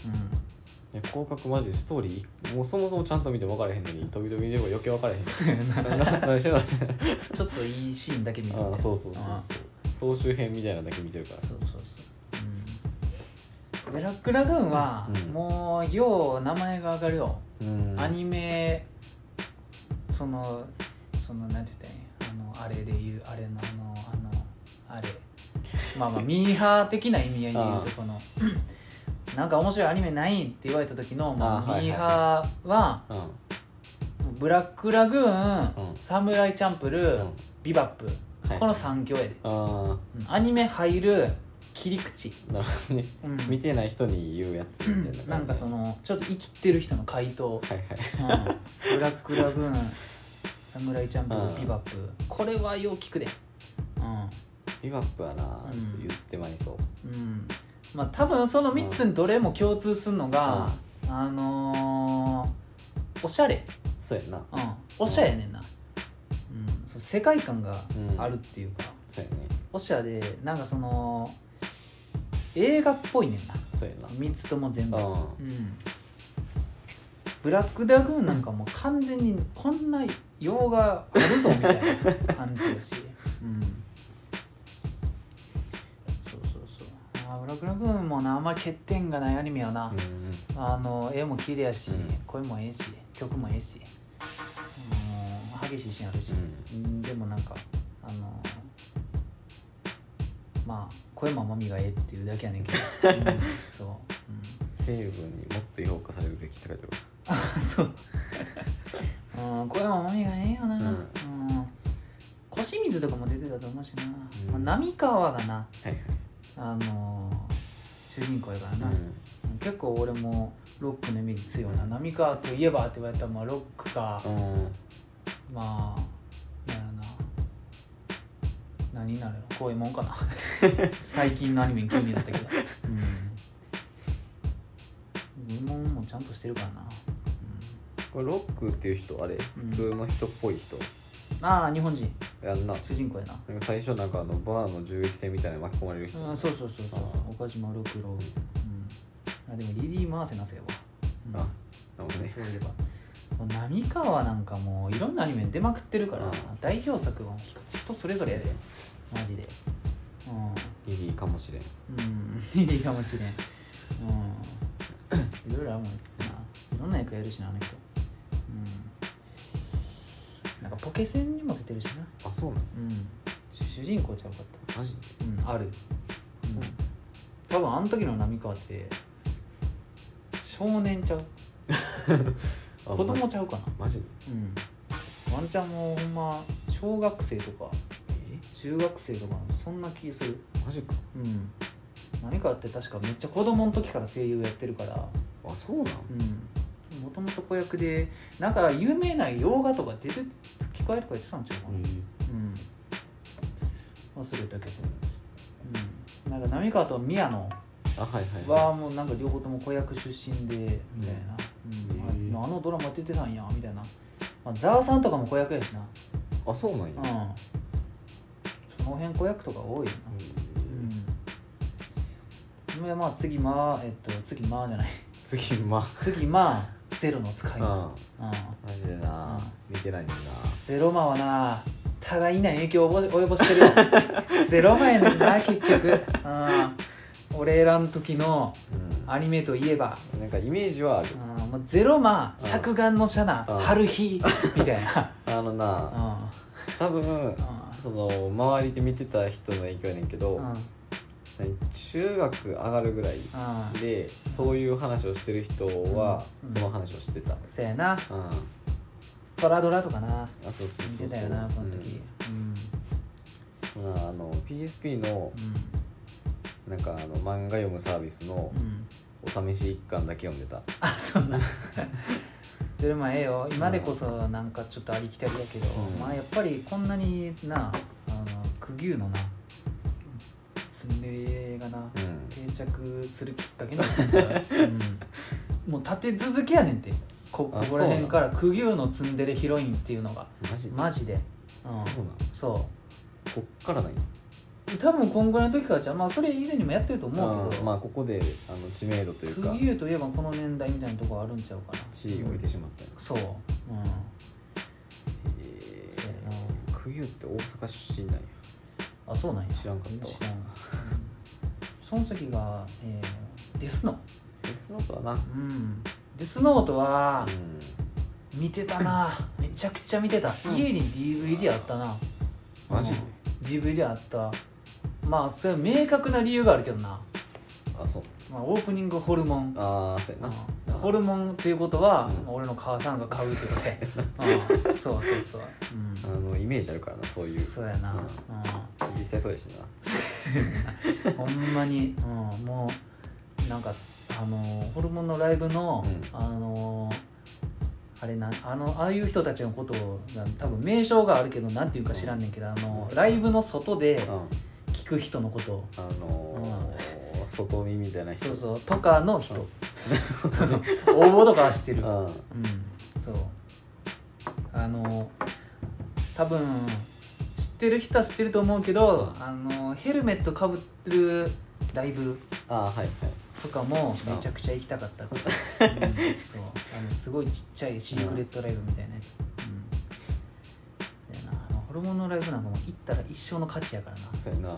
いや合格マジでストーリーもうそもそもちゃんと見て分からへんのに飛び飛びでも余計分から
[LAUGHS]
へん [LAUGHS]
そうやな
な何してんのあ
ちょっといいシーンだけ見るみたいな
ーそうそうそう
あ
そう総集編みたいなのだけ見てるか
そうそうそう、うん、ブラックラグーンは、
うん
もうよう名前が上がるよ、
らうん
アニメそのそのなんて言ったらいいんやあのあれで言うあれのあのあのあれまあまあミーハー的な意味合いで言うとこの [CLEARS THROAT] なんか面白いアニメないんって言われた時の、ま
あ
あ、
はいはい
ミーハーは
うん
ブラックラグーン、
うん
サムライチャンプル、
うん
ビバップ、
はい
この3強やで、
あ
うんアニメ入る切り口、
あなるほどね
うん
見てない人に言うやつみたいな感じ
なんかそのちょっと生きてる人の回答、
はいはい
うん、ブラックラグーンサムライチャンプ
うん
ビバップこれはよう聞くでう
ビバップはな
うん、
ちょっと言ってまいそうん
うん、まあ多分その3つにどれも共通するのが、あのーおしゃれ、
そうやんな
うん、おしゃれやねんな、うん、そう世界観があるっていうか、
そうやね
おしゃれなんかその映画っぽいねんな
そうやな
3つとも全部
うん
うんブラックダグーンなんかもう完全にこんな用があるぞみたいな感じだし、うん、そうそうそうあーブラックダグーンもなあんまり欠点がないアニメよな、あの絵も綺麗やし、
うん
声もええし曲もええし、あのー激しいシーンあるし、うんでもなんかあのーまあ声も甘みがええっていうだけやねんけど、うんそう、うん
成分にもっと評価されるべきって書いて
あそううんこれも甘みがええよな、う
うんん
腰水とかも出てたと思うしな、
うん
まあ、波川がな
ある
あのー主人公やからな、
はいはい、うん
結構俺もロックのイメージ強いな波川といえばって言われたらまあロックか、
うん
まあなんやろな何になるのこういうもん
[LAUGHS]
かな最近のアニメに興味だったけどうん疑問もちゃんとしてるからな、
これロックっていう人あれ普通の人っぽい人
うん、ああ日本人
やんな
主人公やな
なんか最初なんかあのバーの銃撃戦みたいなのに巻き込まれる人、
うん、そうそうそうそうそう
あ
岡島六郎、うん、あでもリリー・マーセなせよ、うん、
あなるほどね
そういえばもう浪川なんかもういろんなアニメ出まくってるから、
うん
代表作は人それぞれやでマジでう
リリーかもしれん
ん、うん、 [LAUGHS] リリーかもしれん、うん、いろいろあるもんないろんな役やるしなあの人うんなんかポケセンにも出てるしな
あそうなの
うん主人公ちゃうかった
マジで
うん、ある、多分あの時の浪川って少年ちゃう
あ
子供ちゃうかな
マジで
うんワンちゃんもほんま小学生とか中学生とかそんな気する
えマジか
うん浪川って確かめっちゃ子供の時から声優やってるから
あそうなん
うんもともと子役でなんか有名な洋画とか出て吹き替えとかやってたんちゃうかな、うん忘れたけどうんなんか浪川と宮野
あはいはい
はもうなんか両方とも子役出身でみたいな、
うん
うん
へー
ああのドラマ出てたんやみたいな、まあ、ザワさんとかも子役やしな
あそうなんや
うんその辺子役とか多いよなうん、でまあ次まあえっと次まあじゃない [LAUGHS]
次ま
次まあゼロの使いうん
あマジでな見てないんだな
ゼロマはな多大な影響を及ぼ及ぼしてるよ [LAUGHS] ゼロマやねんな結局うん俺らの時のアニメといえば
うんなんかイメージはある
うんもうゼロマ
うん
着眼のシャナ
うん
春日みたいな
あのな多分
う
その周りで見てた人の影響やねんけど
んうんうん
何中学上がるぐらいでそういう話をしてる人は
うん
この話をしてたうん
そやな
あ
トラドラとかな
そうそうそう
見てたよなこの時うん
うんまああの PSP の
う
なんかあの漫画読むサービスの
んうん
お試し一巻だけ読んでた
あそんなゼロマええよ今でこそなんかちょっとありきたりだけど
うん
まあやっぱりこんなになあの釘生のなツンデレがな [LAUGHS]
うん
定着するきっかけになったんちゃう、うん、もう立て続けやねんてここ
あ
こら辺から苦牛のツンデレヒロインっていうのが
マジ
マジで、うん、
そうなん
そ
こっからない
そう多分こんぐらいの時からじゃうまあそれ以前にもやってると思うけど、
あーまあここであの知名度という
苦
か
牛といえばこの年代みたいなとこあるんちゃうかな
地位を置いてしまったよ
そう、うん、
え
そうや
ー、クユって大阪出身なんや
あそうなんや
知らんかったわ
知らんうんその時が、えーデスノ
デスノートはなうん
うんデスノートは、見てた
[CLEARS THROAT]
なめちゃくちゃ見てた
うん
家に DVD あったな
マジで
うん DVD あったまあそれは明確な理由があるけどな、
あそう
まあ、オープニングホルモン
ああそうや
うん
な
ホルモンということは、
うん
まあ俺の母さんが買うってこと
[LAUGHS]
で、うん、そうそうそう、うん、
あのイメージあるからなそういう
そうやな、
うん実際そうやしな
うん、ほんまに、うん、もうなんかあのーホルモンのライブの、
うん
あのーあれなんあのああいう人たちのことを多分名称があるけどなんていうか知らんねんけど、あのライブの外で
うん
聞く人のことを
あのー外見みたいな人
そうそうとかの人応募とかはしてる
うん
うんそうあの多分知ってる人は知ってると思うけど、
うん
あのヘルメットかぶってるライブ
ああはいはい
とかもめちゃくちゃ行きたかったって、うんそうあのすごいちっちゃいシークレットライブみたいなやつ、うん、だよなあのホルモンのライブなんかも行ったら一生の価値やからな、
そうやな、
うん、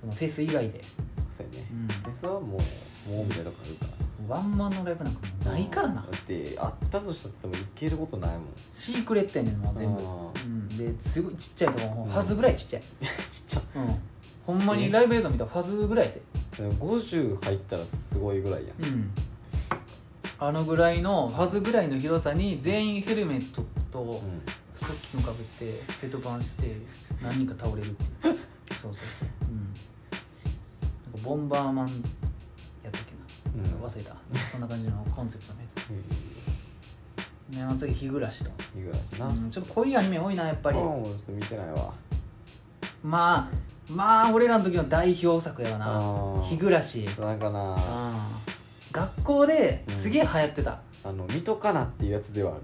そのフェス以外で、
そうやね
うん
フェスはもうもうみたいなとこあるから
ワンマンのライブなんかもうないからな、
だってあったとしたっても行けることないもん
シークレットやねんもう全部、
あ
うん、ですごいちっちゃいとこもファズぐらいちっちゃい、
ちっちゃ
うん、ほんまにライブ映像見たらファズぐらいで
50入ったらすごいぐらいやん
うんあのぐらいのファズぐらいの広さに全員ヘルメットと
うん
ストッキングかぶってヘッドバンして何人か倒れるそうそううんなんかボンバーマンやったっけな、
うん
忘れたそんな感じのコンセプトのやつねまあ次日暮らしと、
いいぐらいしな、
うん、ちょっと濃いアニメ多いなやっぱり、
うんちょっと見てないわ
まあまあ俺らの時の代表作やわ
あ
な
ー
日暮らし
なんかなあ
あー学校ですげえ流行ってた、
の水戸かなっていうやつではある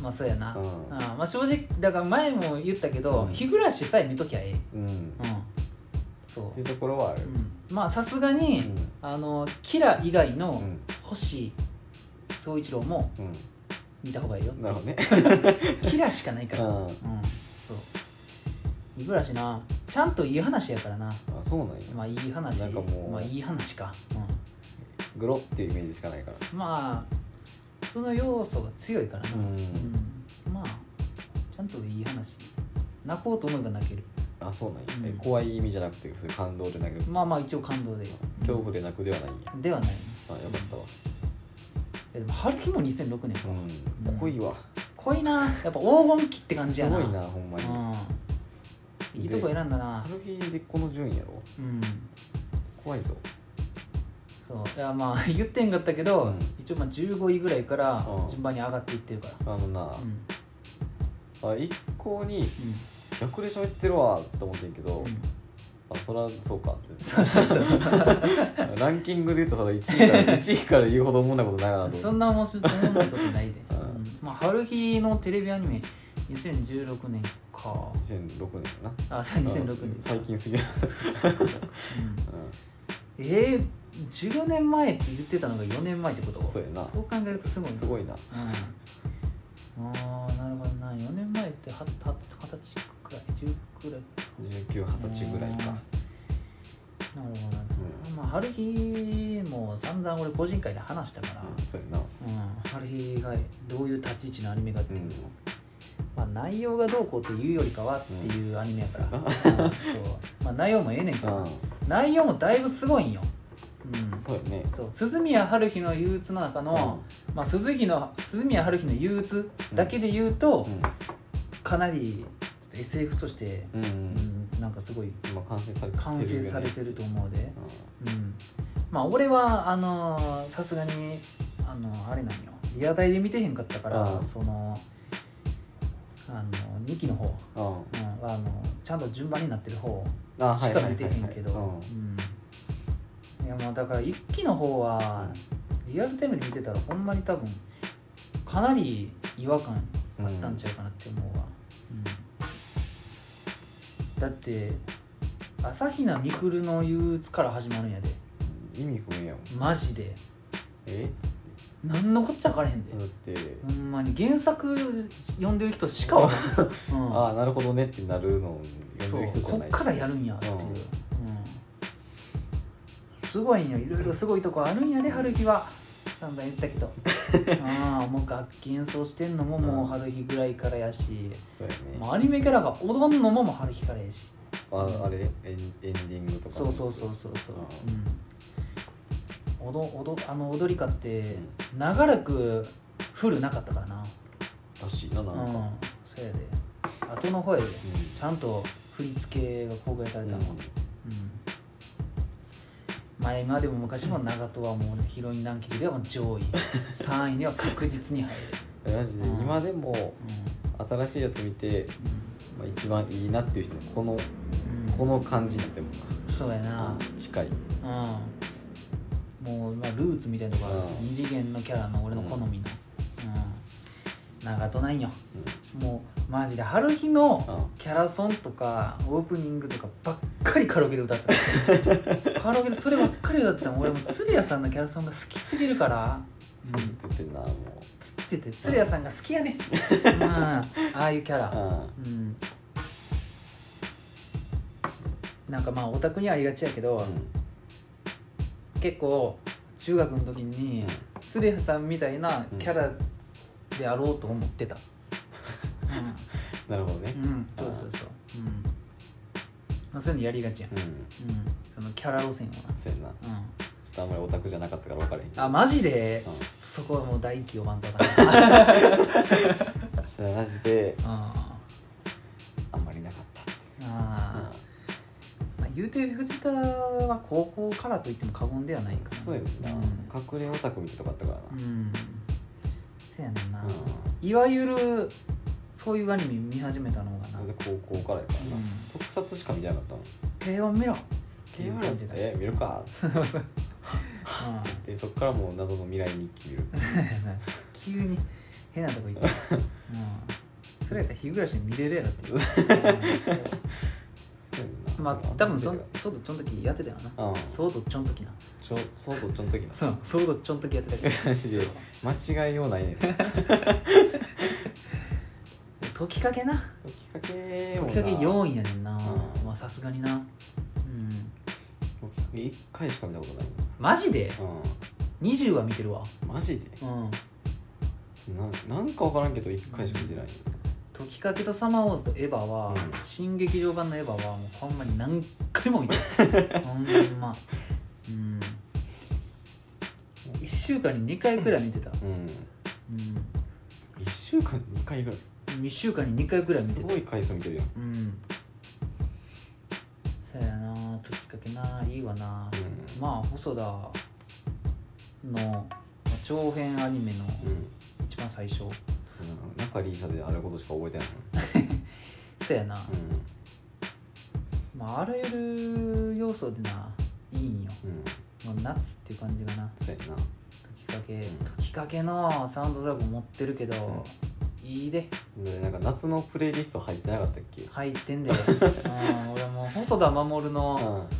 まあそうやな、
うん
あーまあ正直だから前も言ったけど、
うん
日暮らしさえ見ときゃええうん
うん、
そ
って
う、
いうところはある
うんまあさすがに、
うん
あのキラ以外
う
の
ん、
星総一郎も
うん
見た方がいいよって
なるほどね
キラしかないか
う
らうん
ん
そう日暮らしなちゃんといい話やからな
[LAUGHS] あそうなんや
まあいい話
なんかもう
まあいい話か、うん
グロっていうイメージしかないから
まあその要素が強いからな、
う
うん
ん
まあちゃんといい話泣こうと思えば泣ける
あそうなんや、
うん
え怖い意味じゃなくてそういう感動じゃなくて
まあまあ一応感動で
恐怖で泣くではないんや
ではない
あよかったわ
えでも春日も2006年か、
うん濃いわ
濃いなやっぱ黄金期って感じ
す
やな
ごいなほんまに
うんいいとこ選んだな
ある日でこの順位やろ
うん
怖いぞ
そういやまあ [LAUGHS] 言ってんかったけど、
うん
一応まあ15位ぐらいから
うん
順番に上がっていってるから
あのな
う、ん
あ一向に
うん
逆で喋ってるわと思ってんけど、
うん
あそらそうかって
そうそうそう
ランキングで言うとその1位から1位から言うほど思んなことないなと思って
そんな面白い面白いことないで、
うん
うんまあ、春日のテレビアニメ2016年か
2006年かな
あそう2006
うん
年
最、近す
[LAUGHS]
ぎる、
うん
う
えー、10年前って言ってたのが4年前ってこと
そうやな
そう考えるとすごい
ん、す
い、
ごいな
うん、ああなるほどな4年前ってはは二十歳くらい10くらい
1920歳ぐらいか
なるほどな、まあ春日も散々俺個人会で話したから、
うんそうやな
うん、春日がどういう立ち位置のアニメかっていうのを、
うん
まあ、内容がどうこうっていうよりかはっていうアニメやから、うんそうまあ、内容もええねんけど、
う
内容もだいぶすごいんよ、うん
ん、そうやね
そう鈴宮春日の憂鬱の中の、まあ、鈴木の鈴宮春日の憂鬱だけで言うと、かなりちょっと SF として、
うん、うんう、
うんん、なんかすごい
今完成されてるよね
完成されてると思うで、
うん
うん、まあ俺はあのーさすがにあのーあれなんよリアタイで見てへんかったから、
うん
そのあの2期の方、
うん
うん、はあのちゃんと順番になってる方
あ
し
はい
か
はい
見てへんけど
はいはい
うんいやまあだから1期の方はリアルタイムで見てたらほんまに多分かなり違和感あったんちゃうかなって思うわ、うんだって朝比奈未来の憂鬱から始まるんやで
うん意味不明やもん
マジで
え
何のこっちゃ分からへんで、
だって
ほんまに原作読んでる人しか分からん、
[LAUGHS]
うん
ああなるほどねってなるのを
そ
読んでる人
う
じゃ
こ
な
っ
い
からやるんやっていう、うんすごいんよいろいろすごいとこあるんやで春日は散々言ったけ
[LAUGHS]
どああもう楽器演奏してんのももう春日ぐらいからやし、
そうやね
もうアニメキャラが踊んのももう春日からやし
ああれエンエンディングとか
そうそうそうそうそう
あ、
うん、踊踊あの踊りかって長らくフルなかったからな
らしいななん
う
か、
んそうやで後の方やで
う
ちゃんと振り付けが公開され
ん
たの、うんまあ今でも昔も長戸はもうヒロインランキングではもう上 [LAUGHS] 位3位には確実に入る、
うんマジで
うん
今でも
う
新しいやつ見て、まあ、一番いいなっていう人この
ん
この感じになっても
そうや
な
な
近い
うんもう、まあ、ルーツみたいなとこある、
うん
二次元のキャラの俺の好みの、うん長戸ないんよ
うん
もうマジで春日のキャラソンとかオープニングとかばっかりカラオケで歌って [LAUGHS] たカラオケでそればっかり歌ってたの俺も鶴屋さんのキャラソンが好きすぎるから、うん、
ずっと言ってんなも
つってて鶴屋さんが好きやねうんああいうキャラ
う
うんなんかまあオタクにはありがちやけど、結構中学の時に鶴屋さんみたいなキャラであろうと思って [LAUGHS] た、
うんなるほどね
うん、うん、そうそうそう、うんまあ、そういうのやりがちやん、
うん
うん、そのキャラ路線は
そうやなちょ
な、うん
っとあんまりオタクじゃなかったから分からへんけど
あマジで、
うん
ちょっとそ [LAUGHS] こはもう第一期読まんとあかんな [LAUGHS]
それマジで
あ
あんまりなかったって
ーあー、まあ、言うて藤田は高校からといっても過言ではないか
うん
ら
そうやねんな
うん
隠れオタクみたいなとこあったからな
うんせやねんな、
う
いわゆるそういうアニメ見始めたのがなん
で高校からやからな
うん
特撮しか見てなかったもん
「K1 見ろ」っていう感じだ
え見るか
うん
でそっからもう謎の未来日記見る
[LAUGHS] 急に変なとこ
[LAUGHS]
行って、うん、それやったら日暮らしに見れるやろって
[LAUGHS]
いう、
そうやね
う
ん
ん
な
まあ多分そ
うん
ソードちょん時やってたよな、
うん
ソードちょん時な
ちょそうそうちょん時の
そうソードちょん時やってたけど
マジで間違いようない
[LAUGHS]
ね解
解きかけな
きかけ
解
も
きかけ
な
4位やねんな、
うん
まあさすがになうん
解きかけ1回しか見たことない
マジで
う
20は見てるわ
んマジで
うん
ななんか分からんけど1回しか見てない
解きかけとサマーウォーズとエヴァは、
うん
新劇場版のエヴァはもうほんまに何回も見て
[LAUGHS]
るほんまうん1週間に2回くらい見てた、
うん
うん、
1週間に2回ぐらい
1週間に2回くらい見
す
てた
ごい回数見てるやん
うんそやな解きかけないいわな、
うん
まあ細田のまあ長編アニメの
うん
一番最初
うん仲リーサであることしか覚えてない
そやな、
もん
まあ、あらゆる要素でないいんよ
うんうん
もうナッツっていう感じがな
そうやな
時かけ
うん
時かけのサウンドドラゴン持ってるけど、いいで
でなんか夏のプレイリスト入ってなかったっけ
入って
[LAUGHS]
んで、うん、俺もう細田守の
う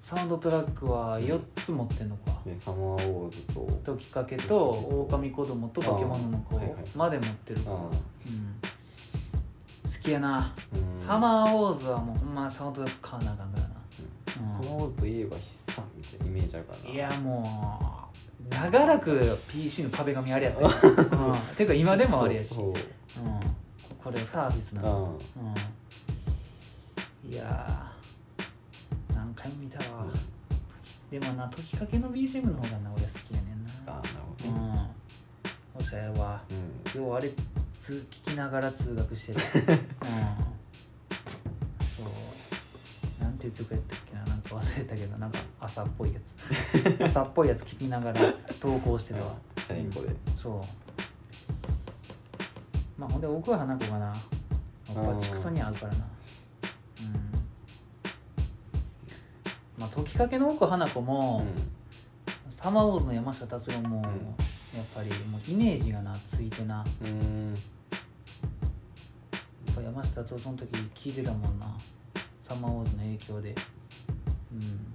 サウンドトラックは4つ持ってんのか、
んでサマーウォーズと
ときかけと狼子供と化け物の子
はいはい
まで持ってるから、うん
う
好きやな、
んうん
サマーウォーズはもうほんまサウンドトラック買わなあかんからな
うんサマーウォーズといえば筆算みたいなイメージあるからない
やもう長らく PC の壁紙あれやったよ、 [LAUGHS] うん、てか今でもあれやし、うん、
そう
これサービスな
う
の、
ん
うん、いやー何回も見たわでもな時かけの BGM の方がな俺好きやねん
あーな
な
るほどね
うんおしゃやわ
うん
ようあれつ聞きながら通学して
[LAUGHS]
るうんそうなんていう曲やったっけななんか忘れたけどなんか朝っぽいや
[LAUGHS]
つ朝っぽいやつ聞きながら投稿してたわ
チャリンコで
そうまあほんで奥は花子がなバチクソに合うからなうんまあ時かけの奥花子
う
も、サマーウォーズの山下達郎も、
ん
やっぱりもうイメージがなついてな
うん
やっぱ山下達郎その時聞いてたもんなサマーウォーズの影響でうん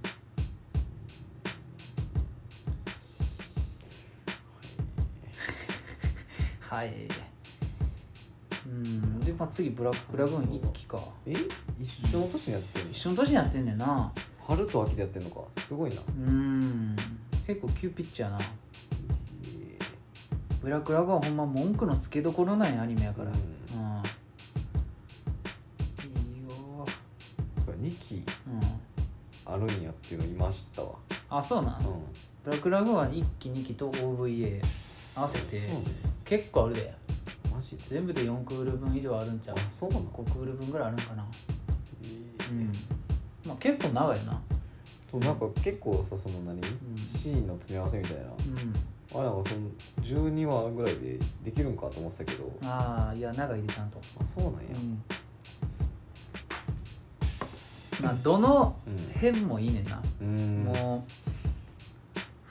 はいうんで、まあ、次ブラックラグーン1期か
え一緒の年にやってるの
一緒の年にやってんねんな
春と秋でやってんのかすごいな
うん結構急ピッチやなブラックラグーンはほんま文句のつけどころないアニメやからう
うん
ん、いいよ
2期
うん
あるんやっていうの今知ったわ
あそうなん、
うん
ブラックラグーンは1期2期と OVA 合わせて
そうね
結構あるで
マジで
全部で4クール分以上あるんちゃう
あそうなの
5クール分ぐらいあるんかな
え
うんまあ結構長いな
となんか結構さその何、シーンの詰め合わせみたいな
うん
あれなんかその12話ぐらいでできるんかと思ってたけど
ああいや長いでちゃんと
あそうなんや
うんまあどの
うん
辺もいいねんな、
うん
もう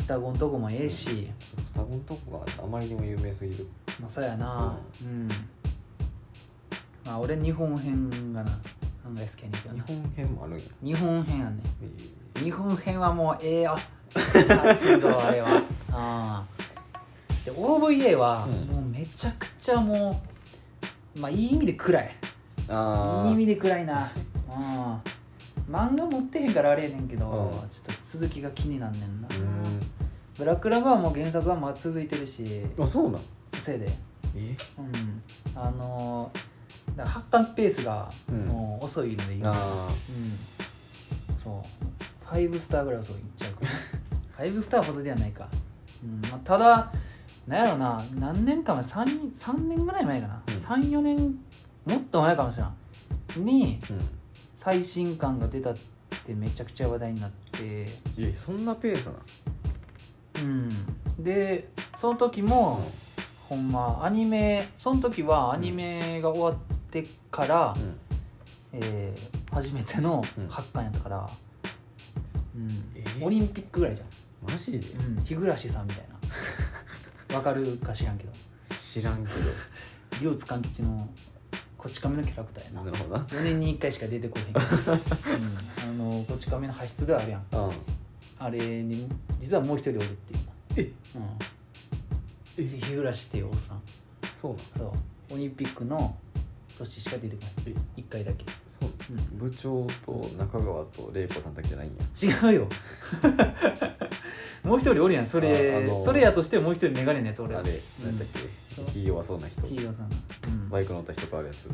双子のとこもええし、
双子のとこがあまりにも有名すぎる
まあそうやなうんまあ俺日本編がな漫画 SK に行く
日
よな
本編もあるんや
日本編やね
え
日本編はもうええよさすがあれはあーで OVA は
うん
もうめちゃくちゃもう、まあいい意味で暗い
ーあ
いい意味
ー
で暗いなうん漫画持ってへんからあれやねんけど、
うん
ちょっと続きが気になんねんな、
う
ブラックラブはもう原作はまあ続いてるし
ーんあそうなん
せいで
え
うんあのーだから発刊ペースが
うん
もう遅いので今、
あ
うんそう5スターぐらい遅いっちゃう
[LAUGHS]
から5スターほどではないか、うんまあ、ただなんやろな何年か前 3, 三年ぐらい前かな、
うん
三四34年もっと前かもしれんに
ーう
最新刊が出たってめちゃくちゃ話題になって
んいやそんなペースな
うんでその時も、ほんまアニメその時はアニメが終わってから、
うん
えー初めての
うん
発刊やったから、うん
えー
オリンピックぐらいじゃん
マジで
うん日暮さんみたい
[LAUGHS]
なわかるか知らんけど
知らんけ
両津勘吉のこち亀のキャラクター
ど
や
[LAUGHS] な
な
るほどな
4年に1回しか出てこへん
[LAUGHS]
けど、うん、あのこち亀の派出であるやん
うん
あれに実はもう一人おるっていう
え
なうん日暮っていうおっさん
そうなん
そうオリンピックの年しか出てこない1回だけ
そう
うん
部長と中川と玲子さんだけじゃないんや
違う
[LAUGHS]
よもう一人おるやんそれ、
ああの
それやとしてもう一人メガネのやつ俺
あれ何だっ
うん
け気弱そうな人
ヒーローさん、うん
バイク乗った人とあるやつ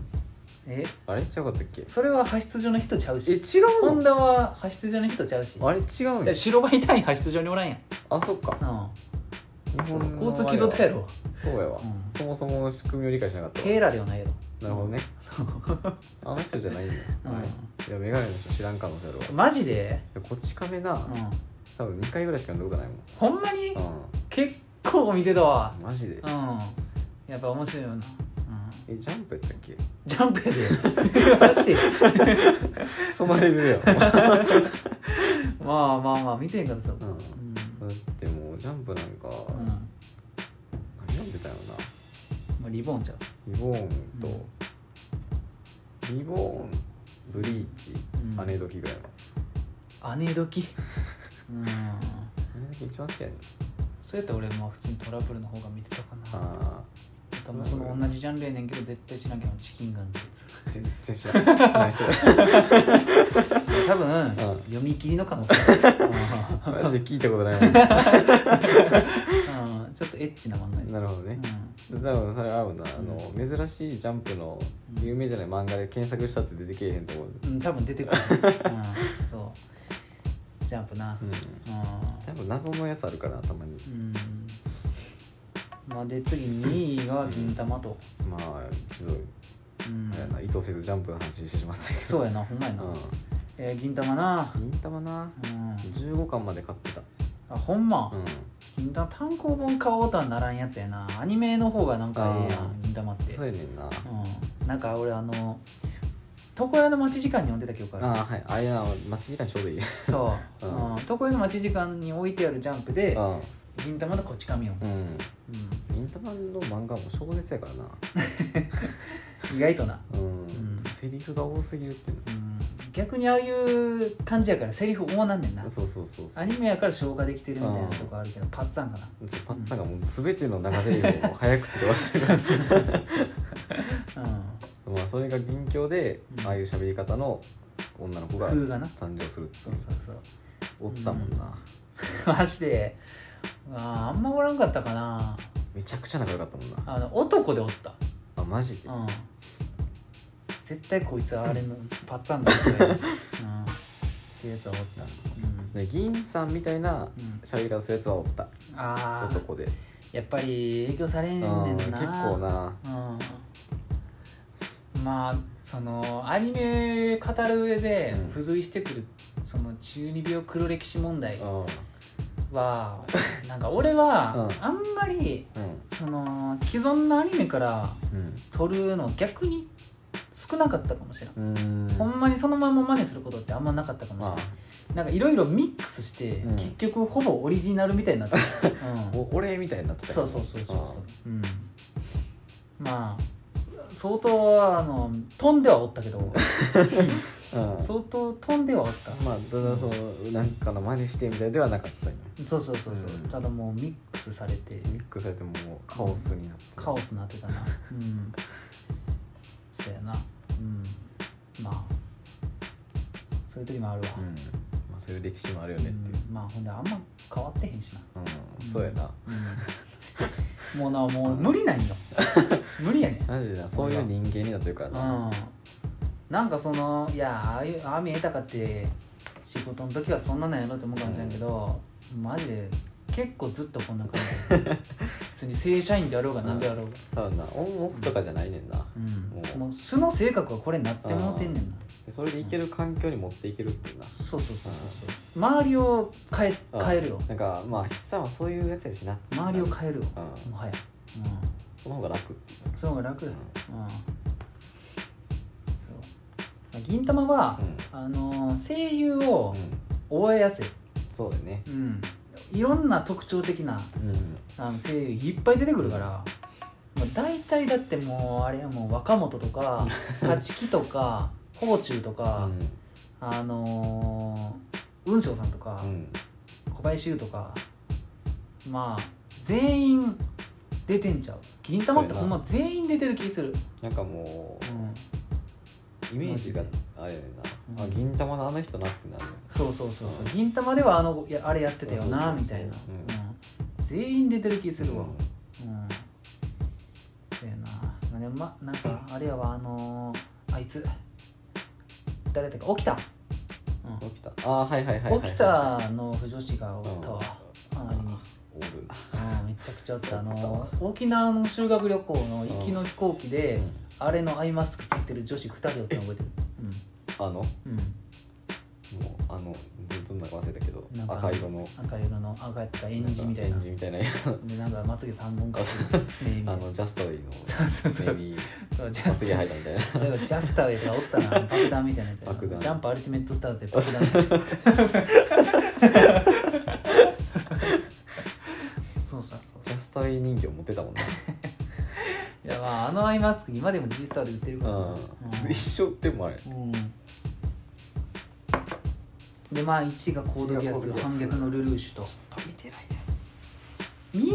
え
あれ違かったっけ
それは派出所の人ちゃう
え
し
違う
ホン
の
ダは派出所の人ちゃうし
あれ違うん
い
や
や白バイ隊員派出所におらんやん、
あそっか
うん、
日本の
交通機動隊やろ
そうやわ、
うん
そもそもの仕組みを理解しなかったわ
テーラではないやろ
なるほどね
そう
あの人じゃないんだ、
うん
はいいやメガネの人知らん可能性あるわい
マジで、
やこっち亀な、
うん、
多分2回ぐらいしか読んだことない
ほんまに
もん、
結構見てたわ
うん、マジで、
うんやっぱ面白いよな、うん、
えジャンプやったっけ
ジャンプ
[LAUGHS]
やでマジで
そのレベル [LAUGHS] や
まあまあまあ見てへんかったぞ、
う
うんん
だってもうジャンプなんか、
うん
何読んでたよな
まあ、リボンちゃう、
リボーンと、リボーンブリーチ、
うん
姉時ぐらいの
姉時うん
姉時一番好きやねん
そうやったら俺も普通にトラブルの方が見てたかな
あ
あともうその同じジャンルやねんけど絶対知らんけどチキンガンってやつ
ー全然知らない何 [LAUGHS] それ
多分、読み切りの可能性ある、
マジで聞いたことないもんな
うんうん、ちょっとエッチな漫画やね
るほどね、
う
多分それ合うな、あの珍しいジャンプの有名じゃない漫画で検索したって出てけえへんと思う、
ん、うん、多分出てくる、うん、そうジャンプな
うん、
う
多分謎のやつあるからたまに
ん、うんまあ、で次2位が銀玉と、
まあちょっと、
うん
あれやな意図せずジャンプの話してしまったけど
そうやなほんまやな、
う
えー銀玉な、
ん銀玉な
うん、
15巻まで買ってた
あほんま、
うん
銀玉単行本買おうとはならんやつやなアニメの方がなんかええや
あ
ん銀玉って
そうやねんな
うん、なんか俺あの床屋の待ち時間に読んでた記憶
あ
あ
あはいあれやな待ち時間ちょうどいい
るそう、
う
うんん床屋の待ち時間に置いてあるジャンプで
うん
銀玉のこち亀を、
うん
う、
銀玉の漫画も小説やからなん
意外とな、
うん、
うん
セリフが多すぎるっていう
うん、逆にああいう感じやからセリフ多なんねんな
のそうそうそうそう
アニメやから消化できてるみたいなとこあるけどパッツァンかな
そうパッツァがもう全ての長ゼリフを早口で忘れるから
[LAUGHS] う
まあそれが銀鏡で
うん
ああいう喋り方の女の子
ん
が
風がな
誕生するって
そ
いうう
そうそう [LAUGHS]
おったもんな、
マジであーあんまおらんかったかな
めちゃくちゃ仲良かったもんな
あの男でおった
あマジで、
うん絶対こいつあれのパッツァンだ
[LAUGHS]
よ、うん、ってやつはおった、うん
で銀さんみたいな
うん
喋り方するやつはおった、
ああ
男で
やっぱり影響されん
うん
ねん
結
な
構な
うんまあそのアニメ語る上で
うん
付随してくる、その中二病黒歴史問題
うん
は、なんか俺は
うん
あんまり
うん
その既存のアニメから
うん
撮るの逆に少なかったかもしれん、
うーん
ほんまにそのまま真似することってあんまなかったかもしれ
まあ
ない、なんかいろいろミックスして、
うん
結局ほぼオリジナルみたいになってる、うん
お俺みたいになってた
そうそうそうそうそううんまあ相当あの飛んではおったけど
うん
相当飛んではおった
まあただそのなんかの真似してみたいではなかったよ
そうそうそうそう、
うん
ただもうミックスされて
ミックスされてもうカオスになった
カオスなってたなうんそうやなうんまあそういう時もあるわ、
うんまあ、そういう歴史もあるよねっていう、
うんまあほんであんま変わってへんしな、
うん
うん
そうやな
うんもうなもう無理なんよ無理やねん
マジでなそういう人間になってるからな、
うんなんかそのいやああいうああ見えたかって仕事の時はそんななんやろって思うかもしれんけど、マジで結構ずっとこんな感じ [LAUGHS] 普通に正社員であろうが何であろうが、
多分なオンオフとかじゃないねんな、
うん
うん
もう素の性格はこれになってもうてんねんな
でそれでいける環境に持っていけるっていうな、
そうそうそうそうそう周りを変え
うん
変えるよ
なんかまあ筆算はそういうやつやしな
周りを変えるよ
うん
もはや、
その方が楽って
うん、その方が楽だよ、うんそうまあ銀玉は、あのー声優を
うん
覚えやすい、
そうだよね
うん、いろんな特徴的な
うん
あの声優いっぱい出てくるから、まあ、大体だってもうあれやもう若本と
[LAUGHS]
か立木とか宝中とか、あのー雲翔さんとか
う、ん
小林優とかまあ全員出てんちゃう銀玉ってほ
そうや
ん
な
ま全員出てる気する
なんかもう
うん
イメージがあれやねんな、
うん
あ銀玉のあの人なってなるね
そうそうそうそう
うん
銀玉ではあのいやあれやってたよな
そうそうそうそう
みたいな、
う
う
ん
ん全員出てる気するわ
うん
うんそうやなまあでもまなんかあれやわあのーあいつ誰だっけ起きた、う
起きたあーはいはいはいはい
ん、起きたの不女子がおったわ、あまりに
おるな
うんめちゃくちゃあったあの沖縄の修学旅行の行きの飛行機で、
うん
あれのアイマスクつけてる女子2人を覚えてる
あのも
う
う
ん、うん、
あのどんなか忘れたけど
なんか
赤色の
赤色の赤やったエンジみたいな
エンジみたいな
でなんかまつげ3本か
あ
するねみた
あ
いな
のジャストウェイの
そうそうそう
ネイビー
そうジャ
ま
ス
つげ
タ
生えたみたいな
そういえばジャスタウェイとかおったな爆弾みたいなやつ
爆弾
ジャンプアルティメットスターズで爆弾みたいなそうそうそう
ジャストウェイ人形持ってたもんね
いやまああのアイマスク今でも G スターで売ってるからな
う
うん
ん一生でもあれ
うん、でまあ1がコードギア
一
ス
がコードギアス
反逆のルルーシュと
見てないです
「み」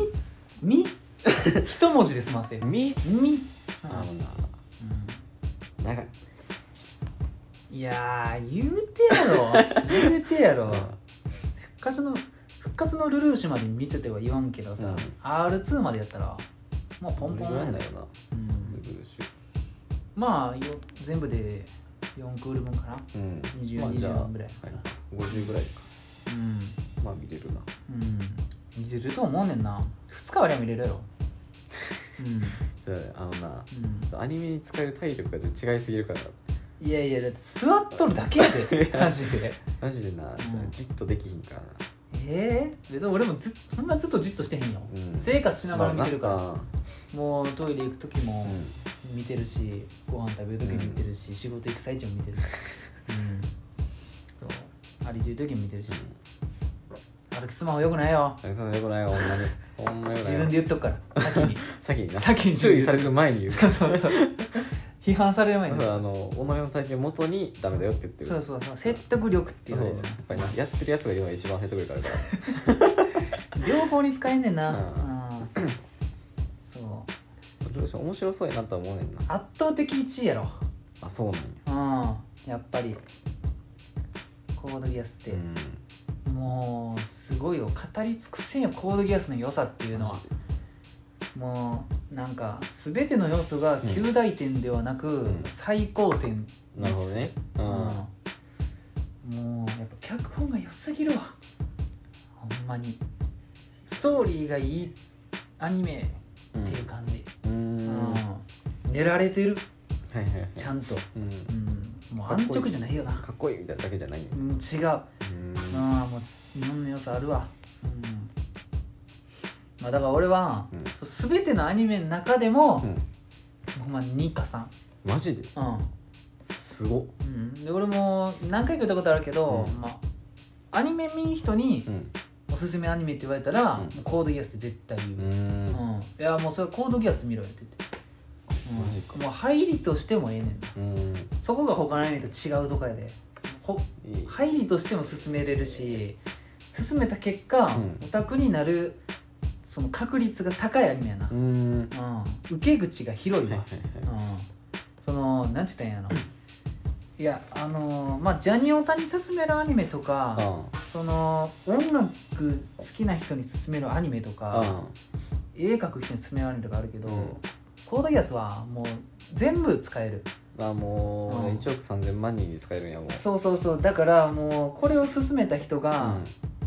「み」 [LAUGHS] 一文字で済ませる「
見
み」
あのな長い
うんいやー言うてやろ言うてやろ復活の復活のルルーシュまで見てては言わんけどさ、
うん
R2 までやったらもうポンポン
どれ
なん
ぐら
だ
い
よ
だ、よ
う
なブ
ん、
ルーシ
まあよ全部で4クール分かな
ュうん
20
まあじゃあ
24ぐらい
は50ぐらいか
うん
まあ見れるな
うん見れると思うねんな2日ありゃ見れるやろう
じゃああのな
うん
アニメに使える体力がちょっと違いすぎるからなん
いやいやだって座っとるだけや
[LAUGHS]
でマジで
マジでなちょっと
うん
じっとできひんからな
ええ別に俺もずっほんまずっとじっとしてへんよ、
うん
生活しながら見てるから、
まあな
もうトイレ行く時も
うん
見てるし、ご飯食べる時も見てるし、仕事行く最中も見
[LAUGHS]
てるし、うん、そう歩いてる時も見てるし、歩きスマホよくないよ
うんそんなよくないわほんまにほんまよくないわ
自分で言っとくから先に
先にな
先に
注意される前 [LAUGHS] に言う
そうそうそう批判される前に
まずあの己の体験をもとにダメだよって言ってる
そうそうそう説得力っていう
そう
の
や
がね
っぱりなやってるやつが今一番説得力あるから
両方に使えんねんな、
うん
うんそう
どうでしょう面白そうやなとは思うねんな
圧倒的1位やろ
あそうなんや
うんやっぱりコードギアスって、もうすごいよ語り尽くせんよコードギアスの良さっていうのは
マジで
もうなんか全ての要素が及第点ではなく、
ん
最高点
なるほどねう
うん
ん、
もうやっぱ脚本が良すぎるわほんまにストーリーがいいアニメっていう感じ、
う
う
んは
ん練られてる
いはいはい
ちゃんと、
うん
うん、もう
かっこい
安
い
直じゃないよな
かっこいいみたいなだけじゃないんだ
うん違う
うん
うんもう日本の良さあるわうんまあだから俺は、全てのアニメの中でも、
うん
ほんま2か3
マジで
うん
すごっ
うん、で俺も何回か言ったことあるけど、
うん
まあ、アニメ見に人に
うん
おすすめアニメって言われたら、
うん
もうコードギアスって絶対言う、
う
うん
ん
いやもうそれはコードギアス見ろよって言って
マジか
もう入りとしてもええねんな
うん
そこが他の意味と違うとかやでほ
いい
入りとしても進めれるし進めた結果、
うん
オタクになるその確率が高いアニメやな、
うん
うん受け口が広いわ、
はいはい
うん、そのなんて言ったんやろいやあのーまあジャニオタに勧めるアニメとか、
う
その音楽好きな人に勧めるアニメとか、
ん
絵描く人に勧めるアニメとかあるけど、
うん
コードギアスはもう全部使える
あもう
うん
1億3000万人に使えるんやもう
そうそうそうだからもうこれを勧めた人が、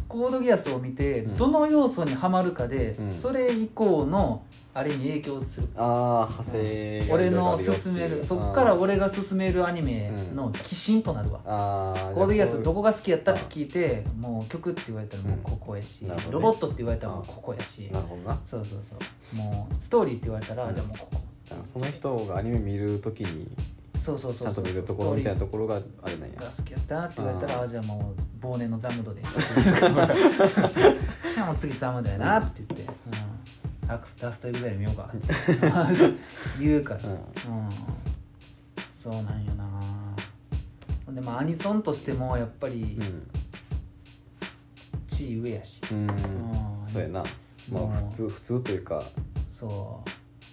コードギアスを見て、
うん
どの要素にはまるかで、
うん
それ以降のあれに影響する
うん、ああ派生が
俺
いろいろあ
の
るよって
勧め
いう
るそっから
あー
俺が勧めるアニメの寄進となるわ、
あー
コードギアスど
こ
こが好きやったって聞いてもう曲って言われたらもうここやし、
うんなるほど
ロ
ね
ボットって言われたらもうここやし
なるほどな
そうそうそうもうストーリーって言われたら、
うん
じゃあもうここ
その人がアニメ見るときに
そうそうそう
ちゃんと見るところみたいなところがあれなんや
が好きやったって言われたら
あー
あじゃあもう忘年のザム
[LAUGHS]
ドでじゃあもう次ザムドやなって言って、うん、アクスダストエグザイル見ようかって
[LAUGHS]
言うから、
うん
うん、そうなんよなほんでまあアニソンとしてもやっぱり地位上やし、
うん、
うん
そうやなま
うん
あ普通普通というか
そ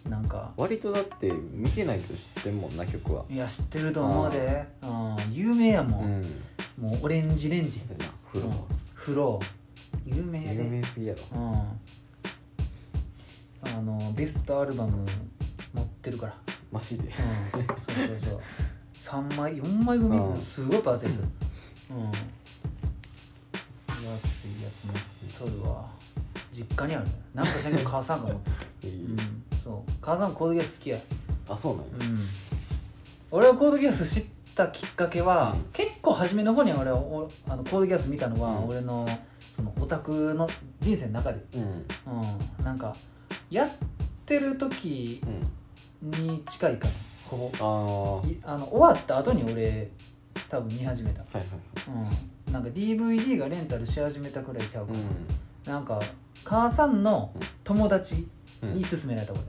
うなんか
割とだって見てないと知ってんもんな曲はい
や知ってると思うで、うん、有名や
う
もん、
ん
もうオレンジレンジ
そうやな風呂
うんフロー有名やで
有名すぎやろ
うんあのベストアルバム持ってるから、
マジ
う
で
ん、そう
[LAUGHS]
そうそう3枚4枚組
うん
すごいパーツやつうん分厚いやつ持っとるわ実家にあるなんか知らんけど母さんが持ってる、
いい
うん、そう母さんもコードギアス好きや
あそうなんや
うん俺はコードギアス知ったきっかけは、
うん
結構初めの方に俺はおあのコードギアス見たのは、
うん
俺のそのオタクの人生の中で
うん
うんなんかやってる時
うん
に近いかなほぼ
ああ
いあの終わった後に俺多分見始めた
はいはいはい
うんなんか DVD がレンタルし始めたくらいちゃうか
う
ら、
ん
なんか母さんの友達
うん
に勧められた俺、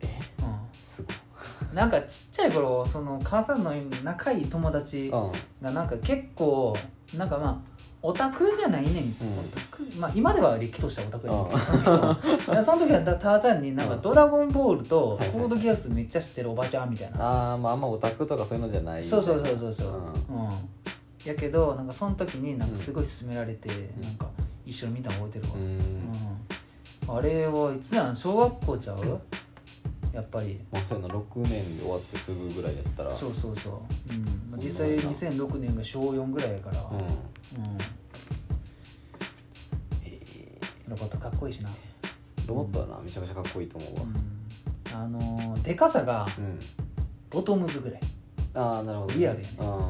え
う
すごい
ん、なんかちっちゃい頃その母さんの仲いい友達
うん
がなんか結構なんかまあオタクじゃないねん、
うん
オタクまあ今ではれっきとしたオタクやねんけど
あ
その人
[LAUGHS]
はその時はただ単になんか「ドラゴンボール」と
はいはい
「コードギアス」めっちゃ知ってるおばちゃんみたいな
ああまああんまオタクとかそういうのじゃない
そうそうそうそうそううんうんやけどなんかその時になんかすごい勧められて
ん
なんか一緒に見たの覚えてるわ
うーん
うんあれはいつなん小学校ちゃうやっぱり
まあそうやな6年で終わってすぐぐらいやったら
そううそうそう、うん、実
そん
際
なもんな
2006年が小4ぐらいやから
ん
うんロボットかっこいいしな、
ロボットはなめちゃめちゃかっこいいと思うわ
うん、あのーでかさが
うん
ボトムズぐらい、
ああなるほどね
リアルやね
うん
う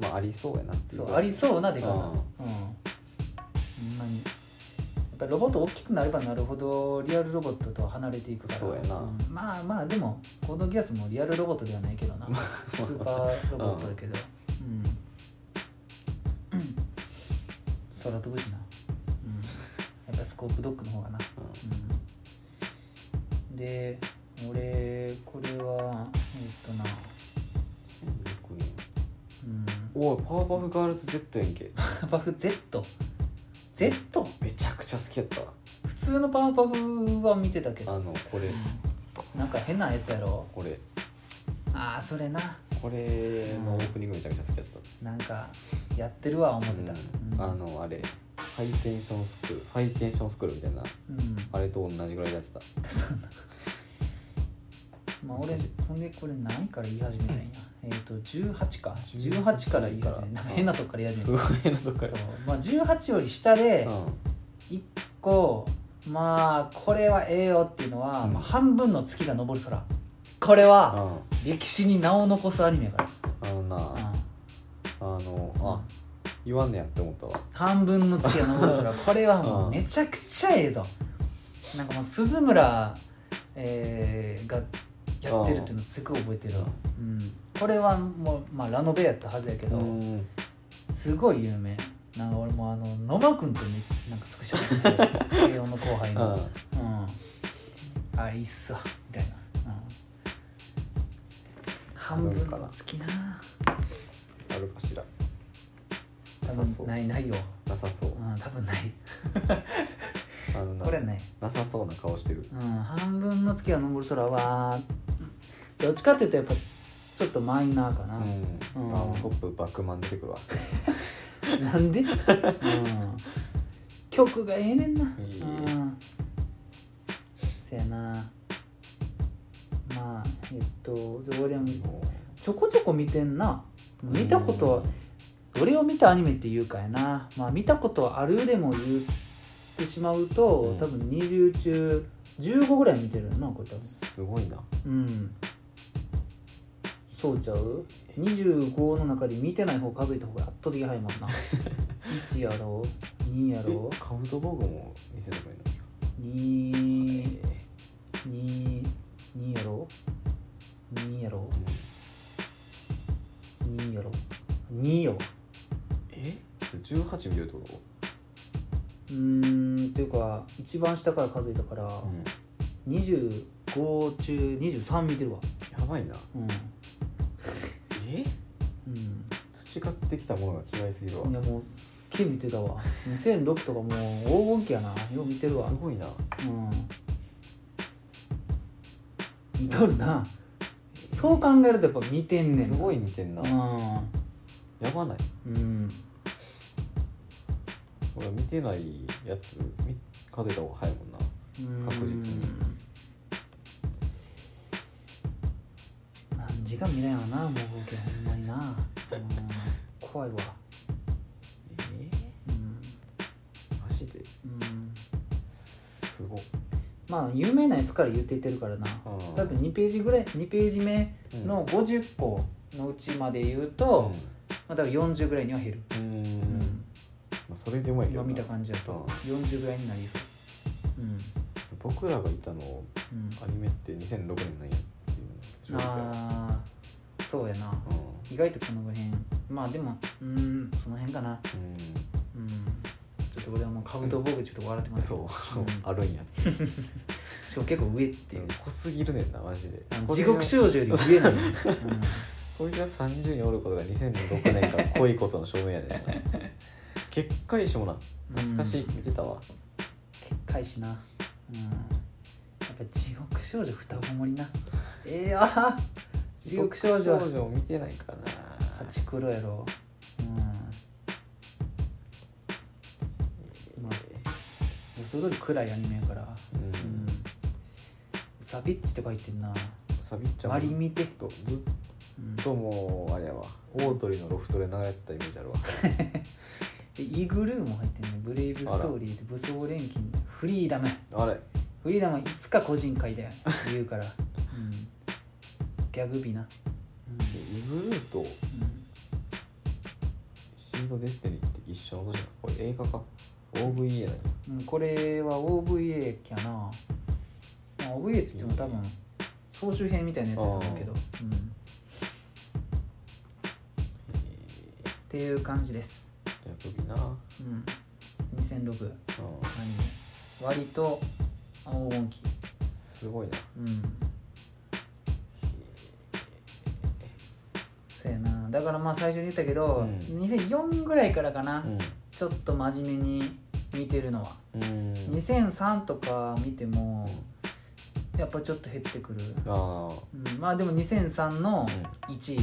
まあありそうやなって
ん、
い
そううありそうなでかさ
う
うん
ん
ほんまにやっぱりロボット大きくなればなるほどリアルロボットとは離れていくから
そうやなん
まあまあでもコードギアスもリアルロボットではないけど
[LAUGHS]
なスーパーロボットだけどうん、うん空飛ぶしな、うん、やっぱスコープドッグの方がなうんで俺これはえっとな
2006年
うん [LAUGHS]
おいパワーパフガールズ Z やんけ
パワーパフ Z Z
めちゃくちゃ好きやっ
[LAUGHS]
たわ
普通のパワーパフは見てたけど
あのこれ
なんか変なやつやろ
これ
ああそれな
これのオープニングめちゃくちゃ好きやった
なんかやってるわ思ってた
うんあのあれハイテンションスクールハイテンションスクールみたいな
うん、うん、
あれと同じぐらいやってた
そんなまあ俺ほんでこれ何から言い始めたんやえっ、と18か18から言い始めたなんか変なとこから言い
す
始
ご
め
い
た
変なとこか
そ
ら
うまあ18より下で、一個まあこれはええよっていうのは、
うん
まあ、半分の月が昇る空これは
あ
歴史に名を残すアニメやか
あのな
ら、うん
あのあ言わんねやって思ったわ
半分の月が昇る空これはもうめちゃくちゃええぞなんかもう鈴村、えーがやってるっていうのすごい覚えてるわ、うん、これはもう、まあ、ラノベやったはずやけど、
うん
すごい有名なんか俺もあの野間君とめなんか少し会ってて慶応の後輩の。うん、あいいっすわみたいな、うん半分の月な
あるかしら
多
なさそ
分
う
ないないよ
なさそう
うん多分ない
あのな
これね
なさそうな顔してる
うん半分の月が昇る空はどっちかっていうとやっぱちょっとマイナーか
う
な、
ん、
うん
あもうトップバックマン出てくるわ
なんで、うん、曲がええねんな、
いい
うん、せやなまあえっとどれも
も
ちょこちょこ見てんな
う
見たことは、どれを見たアニメっていうかやなまあ見たことあるでも言ってしまうと、
うん
多分20中15ぐらい見てるよなこれ多分
すごいな
うんそうちゃう25の中で見てない方数えた方が圧倒的早いもん
[LAUGHS]
な1やろ2やろ
えカブトボーグも見せればいいの
22やろ2やろ2やろ2よ
え18秒ってこ
うーんっていうか一番下から数えたから、
と、うん、
25中23見てるわ
やばいな
うん
え
うん
培ってきたものが違いすぎるわ
いやもうすっげえ見てたわ2006とかもう黄金期やなよう見てるわ
すごいな
うん見とるなそう考えるとやっぱ見てんねん
すご
い
い見てんな、
うん
やばない
うん
俺見てないやつみ数えた方が早いもんな確実
う
に
ん何時間見ないわなもう合計ほんまにな、うん、怖いわ
え
うん、
マジで
うん、
すごっ
まあ有名なやつから言っていってるからな
うん
多分2ページぐらい2ページ目の50個のうちまで言うと、まあ、多分40ぐらいには減る、
うん、うん
うん
まあ、それでもいいけ
今
どな
見た感じだと40ぐらいになりそううん、
僕らがいたの
うん、
アニメって2006年なんやっていうのが正直や
ああそうやな
うん
意外とこの辺まあでもうんその辺かなうんちょっと俺はもうカブトボーグちょっと笑って
うん
ます
そう
よ、ん
[LAUGHS] あるんやって
しかも結構上っていう
濃すぎるねんなマジで
あの
こ
地
れが
獄少女より上なの、うん、
こいつが30におることが2006年から濃いことの証明やねんな結果いいしもな懐かしい、
うん
見てたわ
結界しなうんやっぱ地獄少女双子盛りなええやー地獄少女
地獄少女も見てないからな
ハチクロやろうんまあ予想通り暗いアニメやから
う
うんんサビッチって書いてんな
サビっちゃんも
マ
ず
リ
っ
ミテ
とずっ
うん
ともうあれやわ大鳥のロフトで流れてたイメージあるわ
でイグルーも入ってんねブレイブストーリーで武装錬金フリーダム
あれ
フリーダムはいつか個人会だよ言うから、うん、ギャグビな、
イグルーと
う
シードデスティニーって一緒の年なのこれ映画か OVA なんや
んうん、これは OVA やな、まあ、OVA っつっても多分総集編みたいなやつだと思うけど、うん、っていう感じです、
逆になうん
うん、2006アニメ割と黄金期
すごいな
うんそうやなだからまあ最初に言ったけど、
うん
2004ぐらいからかな、
う
ちょっと真面目に見てるのは、
んうん
2003とか見ても
う
やっぱちょっと減ってくる、
んああ
うんまあでも2003の
う
1位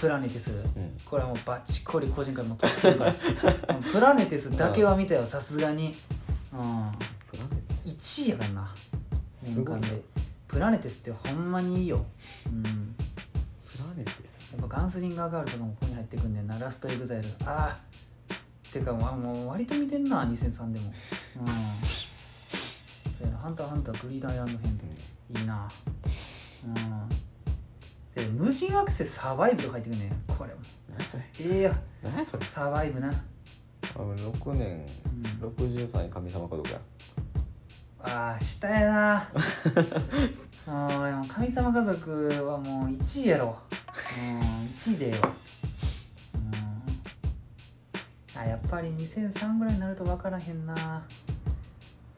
プラネテス
うんうん
これはもうバチコリ個人会も取ってるから
[LAUGHS]
うんプラネテスだけは見たよさすがに、うん、
プラネテ
1位やからな
スす
年
ごい
間
な
でプラネテスってほんまにいいよ、うん、
プラネテス
やっぱガンスリンガーガールとかもここに入ってくんねんなラストエグザイルああてかまあもう割と見てんな2003でもうんそうやなハンターハンターグリーンアイランド編いいなうんで無人惑星サバイブとか入ってくんねんこれも
何それ
ええや
何それ
サバイブな
あ俺6年
うん
63位神様かどうかや
ああ下や
[LAUGHS]
なうんでも神様家族はもう1位やろうん1位でようんあやっぱり2003ぐらいになると分からへんな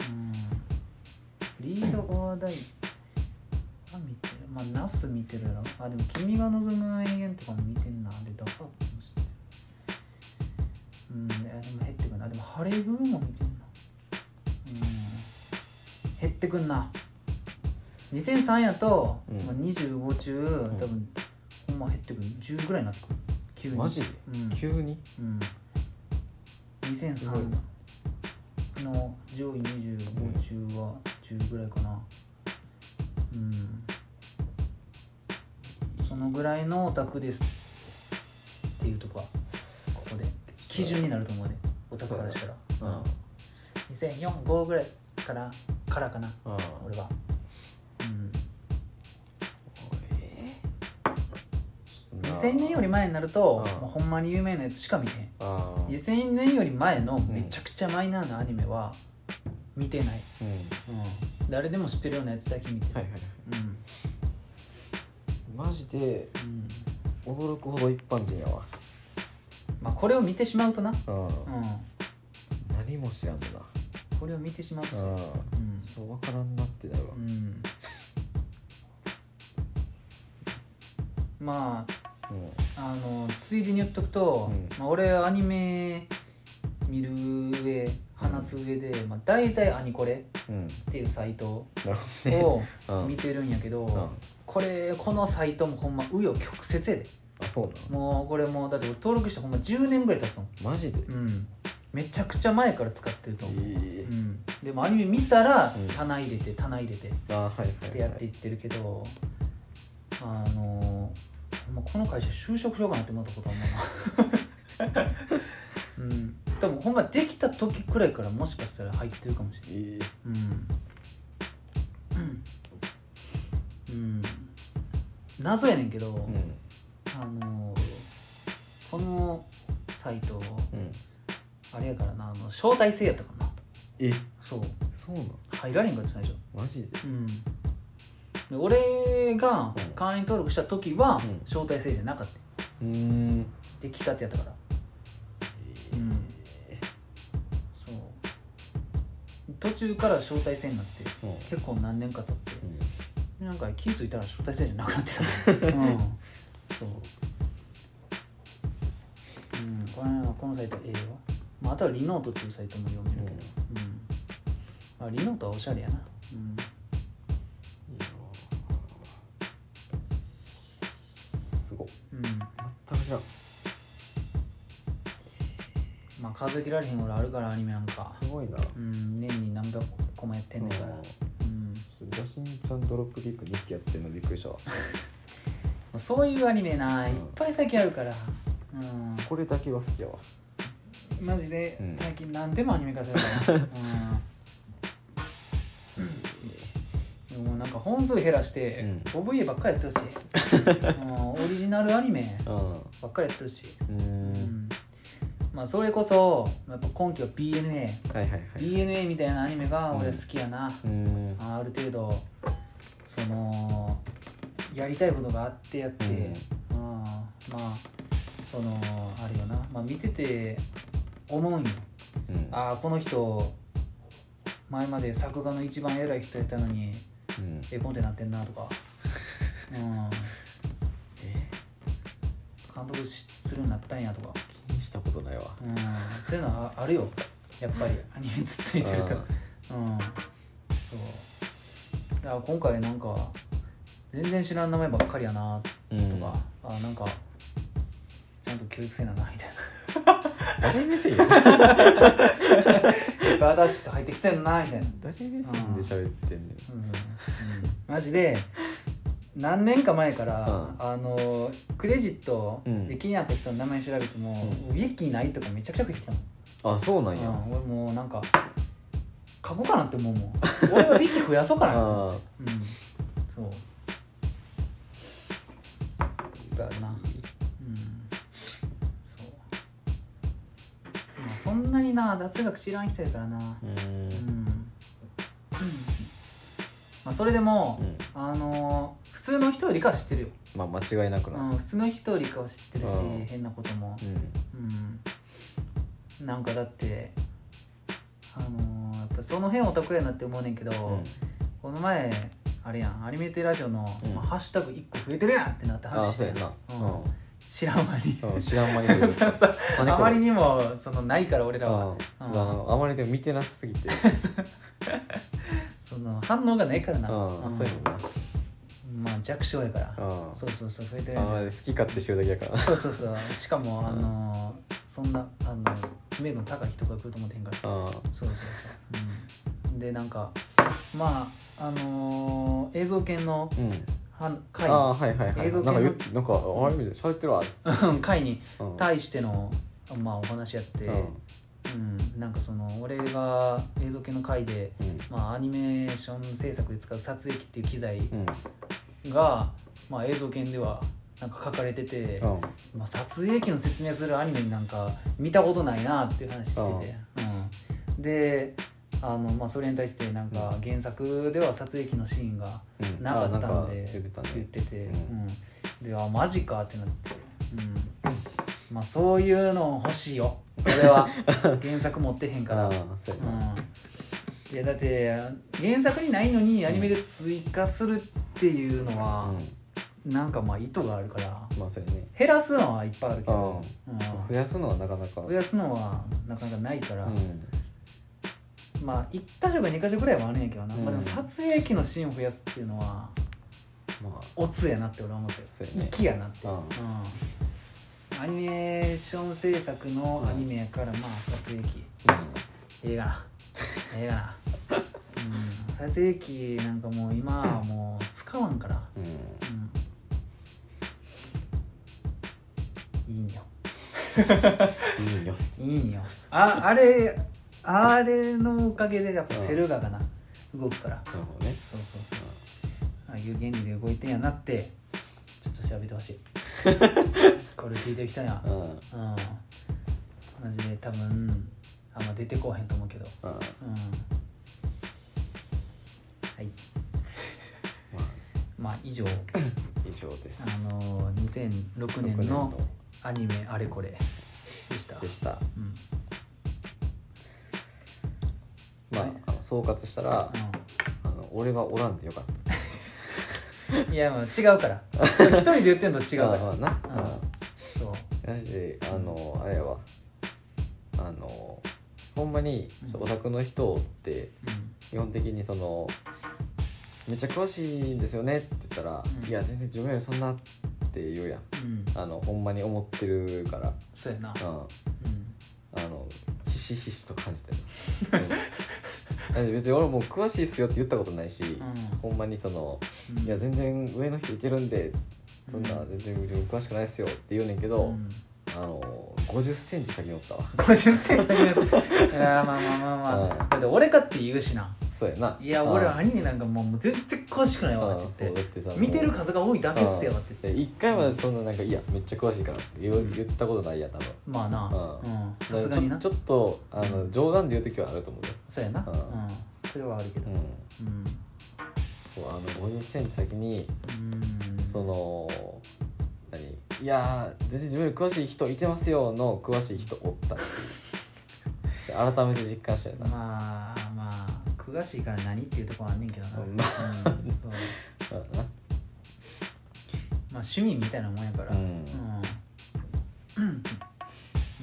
うんリードオーダイは見てるまあナス見てるやろあでも「君が望む永遠」とかも見てんなでだからかもしれないうんいやでも減ってくんなでも「ハレーブルー」も見てんなうん減ってくんな2003やと、
うん
まあ、25中、
ん
多分ほんま減ってくる10ぐらいになってくる急に
マジで
うん
急に
うん、
すごい
2003
な
の上位25中は10ぐらいかなうんそのぐらいのオタクですっていうとこはここで基準になると思うねオタクからしたら
うんうん
2004-5ぐらいからからかな俺はうん2000年より前になると
うん
もうほんまに有名なやつしか見てへん
ああ
2000年より前のめちゃくちゃマイナーなアニメは見てない、
うん
誰でも知ってるようなやつだけ見てる、
はいはいはい
うん
マジで驚くほど一般人やわ
まあ、これを見てしまうとな、
う
うん、
何も知らんのなん
これを見てしまうとさ、
う
うん
んそう分からんなってなるわ
うん、まあ
うん
あのついでに言っとくと、
うん
まあ、俺アニメ見る上話す上で、まあ、大体「アニコレ」
うん
っていうサイト
なるほ
を
どね
見てるんやけど、
[LAUGHS] うんうん
これこのサイトもほんま紆余曲折やで
あそうなの
もうこれもうだって俺登録してほんま10年ぐらい経つもん
マジで
うんめちゃくちゃ前から使ってると思う、
いい
うん、でもアニメ見たら
うん
棚入れて棚入れてっ
あはいはいはい
てやっていってるけど、あのーまあこの会社就職しようかなって思ったことは
[LAUGHS]
思うなうん多分ほんまできた時くらいからもしかしたら入ってるかもしれない
いい
うんうん謎やねんけど、
うん
あのこのサイト
うん
あれやからなあの招待制やったからな
え
そう
そうなの
入られんかった最初
マジで
うんで俺が会員登録した時は、
うん
招待制じゃなかった
うーん
できたってやったからうんそう途中から招待制になって
うん
結構何年か経って
うん
なんか気づいたら招待制じゃなくなってた、うん、そう、うん、これはこのサイトはええよ、まあ、あとはリノートっていうサイトも読めるけど、うんあ、リノートはおしゃれやな、うん、
いいなあすごい
うん、
全く知らん
まあ数え切られへん俺あるからアニメなんか、
すごいなちょ
うん、年に何百個もやってんねんから、う
うん
んま
っとガシンちゃんドロップキック2期やってんのびっくり [LAUGHS] したわ
あそういうアニメない
ん
っぱい最近あるから、うん、
これだけは好きやわ
マジで
うん
最近何でもアニメ化するから、うん、でもなんか本数減らして、OVA ばっかりやってるし、うん、オリジナルアニメ
う
ばっかりやってるし、
んう
うんんまあ、それこそやっぱ今期は BNA、
はいはいはい
BNA みたいなアニメが俺は好きやな、
うん
あある程度そのやりたいことがあってやって、うん、まあそのあれよな、まあ、見てて思うんよ
うん
ああこの人前まで作画の一番偉い人やったのに
うん
絵コンテなってんなとかうん監督しするようになったんやとか、
気にしたことないわ
うん、そういうのはああるよやっぱりアニメずっと見てるからうんそういや今回なんか全然知らん名前ばっかりやな
うん
と
[LAUGHS]
か、あなんかちゃんと教育せなな [LAUGHS] みたい
誰目線
ないっぱい新しい人入ってきてんなみたいな、
[LAUGHS] 誰目線で喋ってんねん
うんうん、マジで何年か前から、
う
あのクレジット
うん
で気になった人の名前調べても、ウィキないとかめちゃくちゃ増えてきたもん
あそうなんや
うん、俺もうなんか書こうかなって思うもん俺はウィキ増やそうかなって
[LAUGHS] あ
うんそういっぱいあるなうんそうまあそんなにな雑学知らん人やからな
ーう
うん、
ん
まあ、それでも、
うん
あのー普通の人よりかは知ってるよ、
まあ間違いなく
う、
なん
普通の人よりかは知ってるし
うん
変なことも
うん
うんなんかだってあのーやっぱその辺オタクやなって思うねんけど、
うん
この前あれやんアニメテラジオの、
うん
まあ、ハッシュタグ1個増えてるやんってなって
あ
話
あ
して
そうやな
うん知らん間に
うん、うん、知らん間に増えてきた
そう [LAUGHS]
あ
あまり
に
にもそのないから俺らは
あ
うん
あまりでも見てなさすぎて
その反応がないから
うん
な、うん
そうやもんな
まあ弱小やから、
うん
そうそうそう増えてるや
あ
ん
まり好き勝手してるだけやから
そうそうそうしかも、
うん
あのそんなあの知名度の高い人が来ると思ってへんから
うんうん
そうそうそう、うん、でなんかまああのー映像系のは
あ
会
あはいはいはい
映像系
な
の
んか言ってなんかあれみたいな喋ってるわ
うん [LAUGHS] 会に
うん
対しての、まあ、お話やって、
うん
うん、なんかその俺が映像系の会で、
うん
まあ、アニメーション制作で使う撮影機っていう機材
うん
が、まあ、映像系ではなんか書かれてて、
うん
まあ、撮影機の説明するアニメになんか見たことないなっていう話してて、うん、であの、まあ、それに対してなんか
うん
原作では撮影機のシーンが
うん
なかった
あなん
ん
か
で、
言ってたね
言ってて、う
う
んんであマジかってなって、うんまあ、そういうの欲しいよ俺
[LAUGHS]
は原作持ってへんから、
あ
うん、
ーそうやない
やだって原作にないのにアニメで追加するっていうのは、
う
なんかまあ意図があるから
んまあそうやね
減らすのはいっぱいあるけ
う
ど、
ん
うん
増やすのはなかなか
増やすのはなかなかないから、
うん
まあ1箇所か2箇所ぐらいはあるんやけどな、
うん
まあ、でも撮影機のシーンを増やすっていうのは
まあ
オツやなって俺は思ってる
そうやね
息やなって、
うん
うんアニメーション制作のアニメやから、まあ撮影機ええが [LAUGHS] なええがな、うん、撮影機なんかもう今はもう使わんから、
うんう
うん、いい
ん
んよ
いいよ
いいんよああれあれのおかげでやっぱセルガがな動くから
なるほどね
そうそうそうああいう原理で動いてんやなってちょっと調べてほ
[LAUGHS]
しいこれ聞いてる人には
うんうん
うんマジで多分あんま出てこうへんと思うけど
まあ
うんはいまあ以
[LAUGHS]
上
以上です
あの2006
六
年
年
の
の
アニメあれこれでした
でした
うん
まあ
はい
あの総括したらあの俺はおらんでよかっ
[LAUGHS]
た
うんいやもう違うから一人で言ってんの違うか
あ
ら
まあな
うん
うん
そう
マジであのあれはあのほんまにそうオタクの人って
うん
基本的にそのめっちゃ詳しいんですよねって言ったら、
うん
いや全然自分よりそんなって言うやん
うん
あのほんまに思ってるから、
そうやな
うん、
うん
あのひしひしと感じてる、うん [LAUGHS] だって別に俺もう詳しいっすよって言ったことないし、
う
ほんまにその
ん
いや全然上の人いけるんでそんな全然自分詳しくないっすよって言うねんけど、
うん
あの50センチ先におったわ
50センチ先のいやまあまあまあま
うん
あだって俺かって言うしな
そうやない
や俺アニメなんかもう全然詳しくないわ
あ
って
そ
言っ
うだ
て
ってさ
見てる
もう
数が多いだけっすよって言って
で一回までそんななんか「いやめっちゃ詳しいから」って言う
うん
言ったことないや多分
まあな
うん
うんさすがにな
ちょちょっとあの冗談で言う時はあると思うよ
そうやな
う
うんんそれはあるけ
う
ど
ん
うん
そうあの50センチ先に
うん
その何いやー全然自分より詳しい人いてますよの詳しい人お
[LAUGHS]
ったっていう改めて実感したよな、
まあまあ詳しいから何っていうとこはあんねんけどな
う
うんん
ま
そう
そうだ
ま
な
あ趣味みたいなもんやから
う
うんん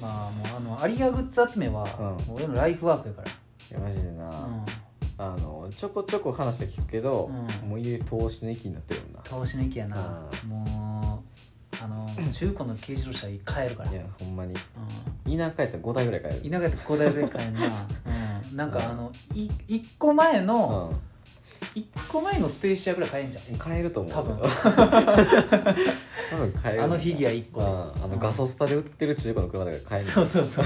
まあもうあのアリアグッズ集めは
うん
俺のライフワークやから
いやマジでな、
うん
あのちょこちょこ話は聞くけど、
うん
もういう投資の域になってるもんな
倒しの息やな
う
もうあの中古の軽自動車買えるから
いやほんまに
う
田舎やったら5台ぐらい買える
ん田舎やって5台で買えるなうんなん
[LAUGHS] うん
かあのい1個前の
うん
1個前のスペーシアぐらい買えんじゃん
買えると思う
多分
多分買える
あのフィギュア一個で
うんあ
う
の
ん
ガソスタで売ってる中古の車だから買える
そうそう
[LAUGHS]
そう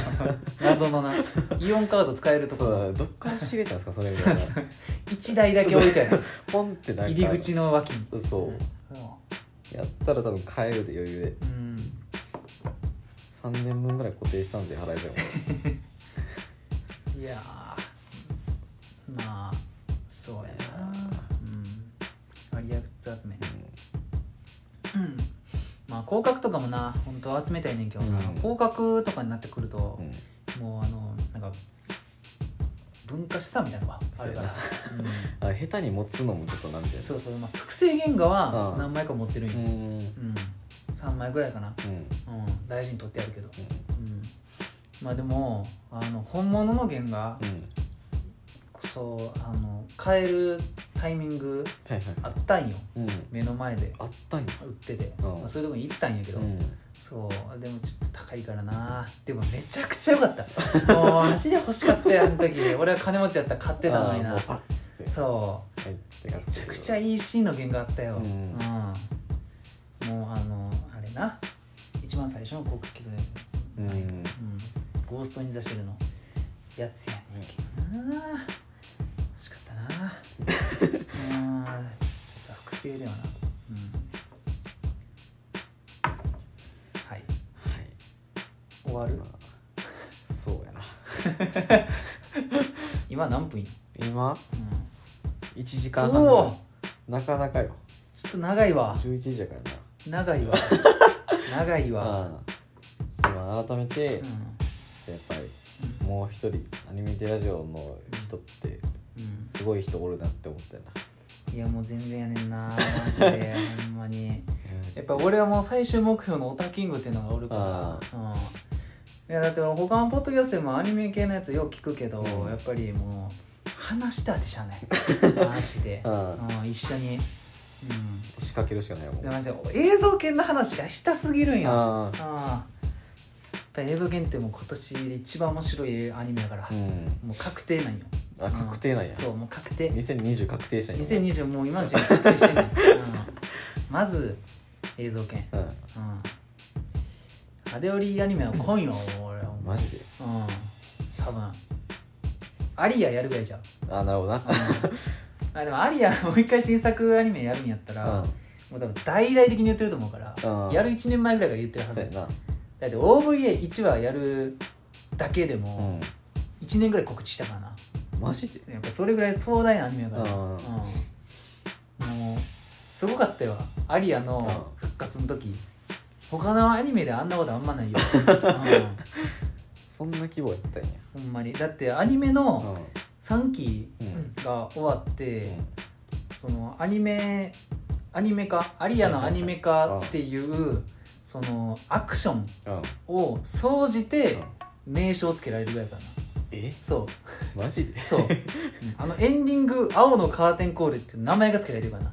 謎のなイオンカード使えるとこ
そうだ
ろ
ねどっから仕入れたんですかそれみたいな
[LAUGHS] 1台だけ置いてあ
[LAUGHS]
るやつ
ポンってなんか
入り口の脇に
そ
そう
やったら多分買えるで余裕で
ううん
3年分ぐらい固定資産税払えたよ
いやーまあそうやなうんアリアグッズ集めうんまあ広角とかもな本当は集めたいねんけどな、
うん
広角とかになってくると
俺、うん
もうあのなんか文化資産みたいなのがあるから、うん
あ下手に持つのもちょっとなんていう
そうそう、まあ、複製原画は
うん
何枚か持ってるんよ、
のう
うん
んうん
3枚ぐらいかな、
うん
うん、大事に取ってあるけど、うん、まあでもあの本物の原画
うん
こそあの変えるタイミング
はいはい
あったんよ
うん
目の前で
あったんや
売ってて、
うん
まあ、そういうとこに行ったんやけど、
うん
そうでもちょっと高いからなでもめちゃくちゃ良かっ
[LAUGHS]
たもうマジで欲しかったよあの時俺は金持ちやったら買ってたのに
あー
な
もうパッて
そ
入って
うめちゃくちゃ
い
いいシーンの原画あったよ、
うん
うんもうあのあれな一番最初の広告だよ、
うんうん
うん、ゴースト・イン・ザ・シェルのやつやねんけどな欲しかったなうん学生ではなうんはい
はい
終わる
まあそうやな
今何分いん
今
うん
1時間半
お
ぐら
お
いなかなかよ
ちょっと長いわ
11時やからな
長いわ長いわ
ああまあ改めて、
うん
やっぱりもう一人アニメテラジオの人って
うん
すごい人おるなって思ったよ
いやもう全然やねんなマジでほんまに
な
やっぱ俺はもう最終目標のオタキングっていうのがおるからうんいやだって他のポッドキャストでもアニメ系のやつよく聞くけど、
うん
やっぱりもう話したってしゃあない
[LAUGHS]
マジで、
うん
うん一緒に、
仕掛けるしかないよ
うん、
もう
でマジで映像系の話がしたすぎるんや
ああ
ああやっぱり映像限定も今年で一番面白いアニメやから、
うん
もう確定なんよ
あ確定な
う
ん
ん
や
そうもう確定
2020確定したんや
2020もう今の時点で確定してんねん、うんまず映像券
う
うんあれよりアニメは来んよ俺は
んマジで
うん多分アリアやるぐらいじゃん、
ああなるほどな
うん、 [LAUGHS] あでもアリアもう一回新作アニメやるんやったら、
うん
もう多分大々的に言ってると思うから、
うん
やる1年前ぐらいから言ってるはず
そうやな
だって OVA1 話やるだけで
う
も
ん
1年ぐらい告知したからな、
マジで
やっぱそれぐらい壮大なアニメだから、
う
う
ん
んもうすごかったよアリアの復活の時他のアニメであんなことあんま
[LAUGHS]
ないよ、
そんな規模やったんや
うん、ほんまにだってアニメ
う
の
ん
3期
うん
が終わって、そのアニメアニメ化アリアのアニメ化っていうそのアクション
うんうん
を総じて名称をつけられるぐらいかな
え
そう
マジで [LAUGHS]
そうあのエンディング「青のカーテンコール」っていう名前がつけられてるからな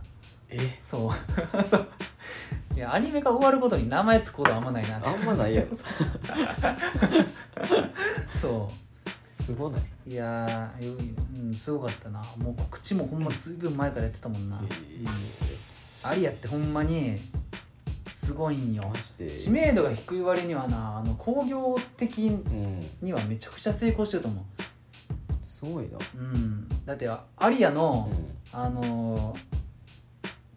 え
そうそう [LAUGHS] いやアニメが終わることに名前つくことはあんまないな
あんま [LAUGHS] ないやろ
そ
すごないう
いやーようん、すごかったなもう告知もほんまずいぶん前からやってたもんな、アリアってほんまにすごいんよ
マジで
知名度が低い割にはなあの工業的
うん
にはめちゃくちゃ成功してると思
すごいな
ううんだってアリア
う
の、
ん
あのー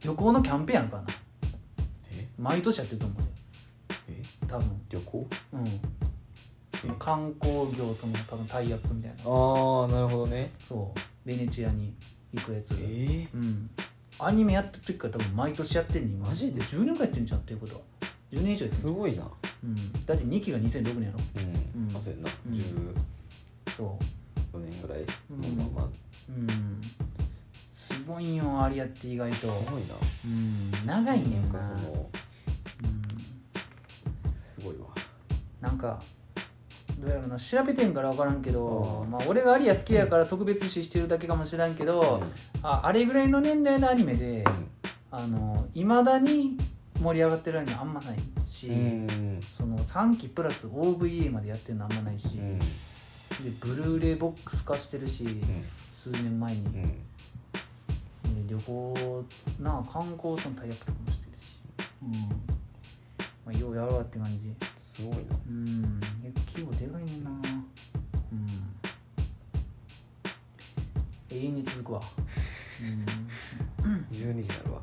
旅行のキャンペーンやるからな
え
毎年やってると思うよ
え
多分
旅行
うんその観光業との多分タイアップみたいな
ああなるほどね
そうベネチアに行くやつ
え
うんアニメやってる時から多分毎年やってんねん今
マジで
10年くらいやってんじゃんっていうことは10年以上や
え
ってん
す
の
ごいな
うんだって2期が2006年やろ
うん、
うん
あそうやな、
うん
15
そ
年ぐらい、
うん
まあまあます
ううんすごいんよアリアって意外と
あすごいな
うん長いねん
ん
な
かそ
う
の
ん
すごいわ
なんかどうやろな調べてんから分からんけど
うん
まあ俺がアリア好きやから特別視してるだけかもしらんけど、
うん
ああれぐらいの年代のアニメであの未だに盛り上がってるアニメあんまないし、
うんうん
その3期プラス OVA までやってるのあんまないし、
う
で
ん
ブルーレイボックス化してるし、数年前に、
う
で
ん
旅行なあ観光とのタイアップとかもしてるし、うんまあ、ようやるわって感じ
すごいな
うん結構規模でかいねんなうん永遠に続くわ、うん
12時になるわ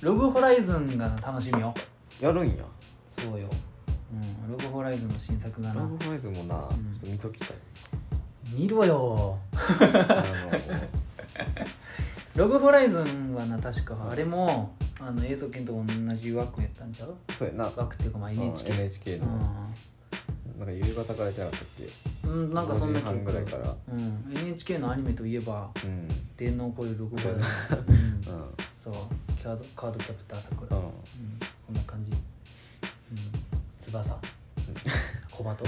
ログホライズンが楽しみよ
やるんや
そうよ、うん、ログホライズンの新作が
ラ
な
ブフライズもな、
うん
ちょっと見ときたい
見ろよ
あ
ログホライズンはな確かあれもあの映像研と同じ枠やったんちゃう
のそうやな
枠っていうかまあ NHK
うん NHK
うん
の、なんか夕方からやってなかったっ
うん
け
なんかそんな
5時半ぐらいから
うん NHK のアニメといえば
うんうん
電脳こういう録画だ、うんそうカードカードキャプター桜、
う
うん
ん
そんな感じ、うん、翼小鳩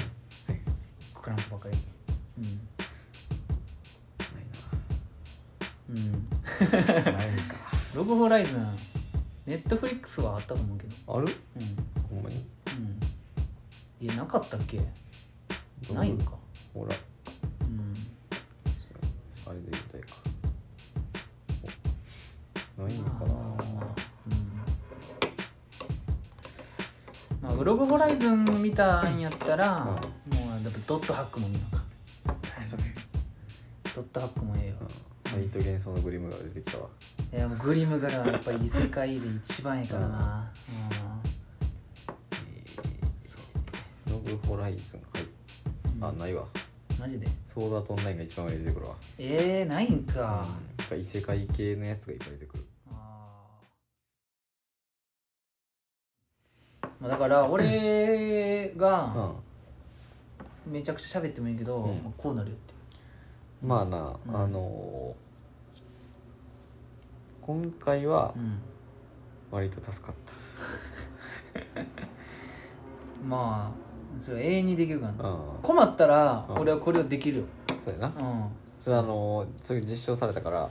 クランクばかりうんうん
ないなないか
ログホライズンネットフリックスはあったと思うけど
ある
うん
ほんまに
うんいやなかったっけないんか
ほら
うん
あれで言いたいかおないのか
まあ
な
まあまあうんまあ、ブログホライズン見たんやったら、もうやっぱドットハックも見なあかんドットハックもええよ、
うん怪と幻想のグリムが出てきたわ
いやもうグリムガルはやっぱり異世界で一番ええからな、
ログホライズンはい
うん
あないわ
マジで
ソードアートオンラインが一番上に出てくるわ
ええないんか、
うんやっぱ異世界系のやつがいっぱい出てくる
あーまあだから俺
う
が
ん
めちゃくちゃ喋ってもいいけど、
うん
まあこうなるよって
まあな、
うん
あのー今回は
うん
割と助かっ
まあそれは永遠にできるから
た、
な、
うん
困ったら
うん
俺はこれをできるよ
そうやな
うん、うん
それあのーそれ実証されたか
[LAUGHS]
ら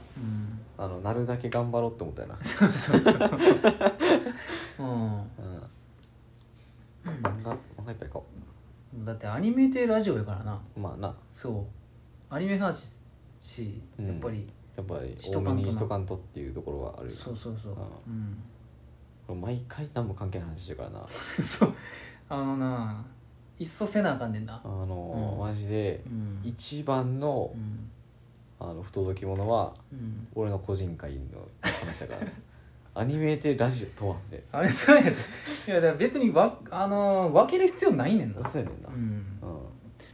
あのなるだけ頑張ろうって思ったよな、
うん
うん、漫画漫画いっぱい買お
だってアニメってラジオやからな
うまあな
そうアニメ話し
うん
やっぱり、
やっぱり
し
多
とかんとな
めにしとかんとっていうところはあるよ
そうそうそう
ああ
うん [LAUGHS]
これ毎回何も関係ない話してるからな
そうあのないっそせなあかんねんな
あのー
うん
マジで
うん
一番の
うん
あの不届き者は
うん
俺の個人会の話だから
[LAUGHS]
アニメでラジオとはね
あれそうやでいやだから別にわ、あのー分ける必要ないねんな、
そうやねんな
うん、
うん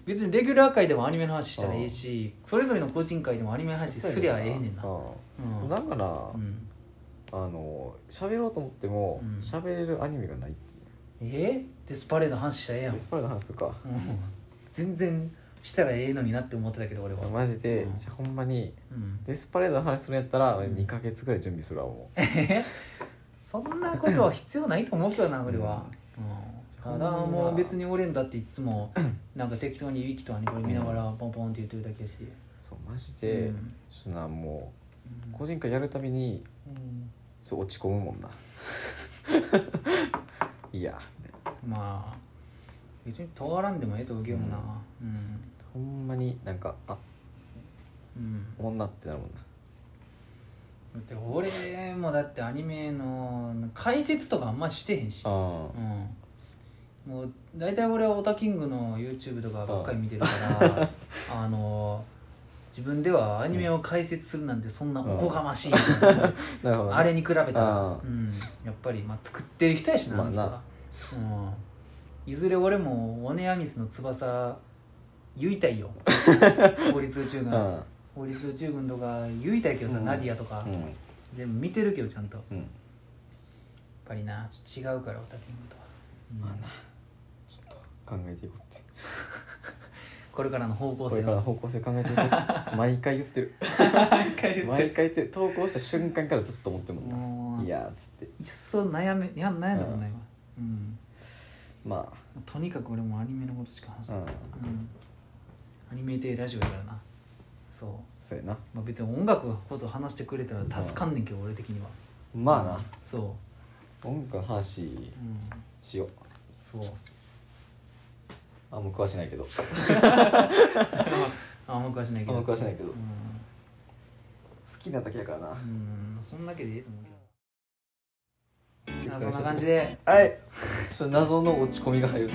別にレギュラー界でもアニメの話したらええしそれぞれの個人会でもアニメの話すりゃええねんな
う
うん
そうなんかな、
うん
あの喋ろうと思っても
うん
喋、れるアニメがないっていう
えデスパレードの話したらええやん、
エスパルの話するか
うん全然したらええのになって思ってたけど俺は、
マジで、
うん
じゃあほんまに
うん、 [LAUGHS]
デスパレードの話するんやったら、
うん
2か月ぐらい準備するわもう
そんなことは必要ないと思うけどな俺は、うん
うん
ただもう別に俺んだっていつもなんか適当にウィキとアニコレ見ながらポンポンって言ってるだけやし
そうマジで、
うん
ちょっとなもう
う
個人会やるたびに
ん
そう落ち込むもんな [LAUGHS] いやみたいな
まあ別に変わらんでもええと思うけどなうん、
ほんまになんかあ
うん
女ってなるもんな
だって俺もだってアニメの解説とかあんましてへんし
あ
うん、もう大体俺はオタキングの YouTube とかばっかり見てる [LAUGHS] からあの自分ではアニメを解説するなんてそんなおこがましい、
なるほどね
あれに比べたら、
あー
うん、やっぱり、まあ、作ってる人やしな,、
まあ
あの人はうん、いずれ俺もオネアミスの翼言いた
[LAUGHS]
いよ法律宇宙
う
軍、
ん
法律宇宙軍とか言いたいけどさ、
うん
ナディアとか、
うん
全部見てるけどちゃんとやっ
うん
ぱりなちょっと違うからオタキングとは、うん
まあなちょっと考えていこうって
これからの方向
こ
性
れか
を
らの方向性考えていこ
[LAUGHS]
う毎回言ってる
毎回言って
毎回言ってる投稿した瞬間からずっと思ってるもん
も
な
う
い
い
やーっつって
っそ悩めいや悩んだもんな今、うん
ま
とにかく俺もアニメのことしか話さ
あう
ない、う
ん
ん、アニメでラジオやからなそう、
そうやな
まあ、別に音楽のこと話してくれたら助かんねんけど、俺的には
まあな
そ
音楽の話
ううん
しよう
そう [LAUGHS]
あんま詳しないけど
あんま詳しない
あ
け
んま
ど
詳しないけど
う
好
ん
きなだけやからな
うんそんだけでいいと思うけどあそんな感じで
はいちょっと謎の落ち込みが入る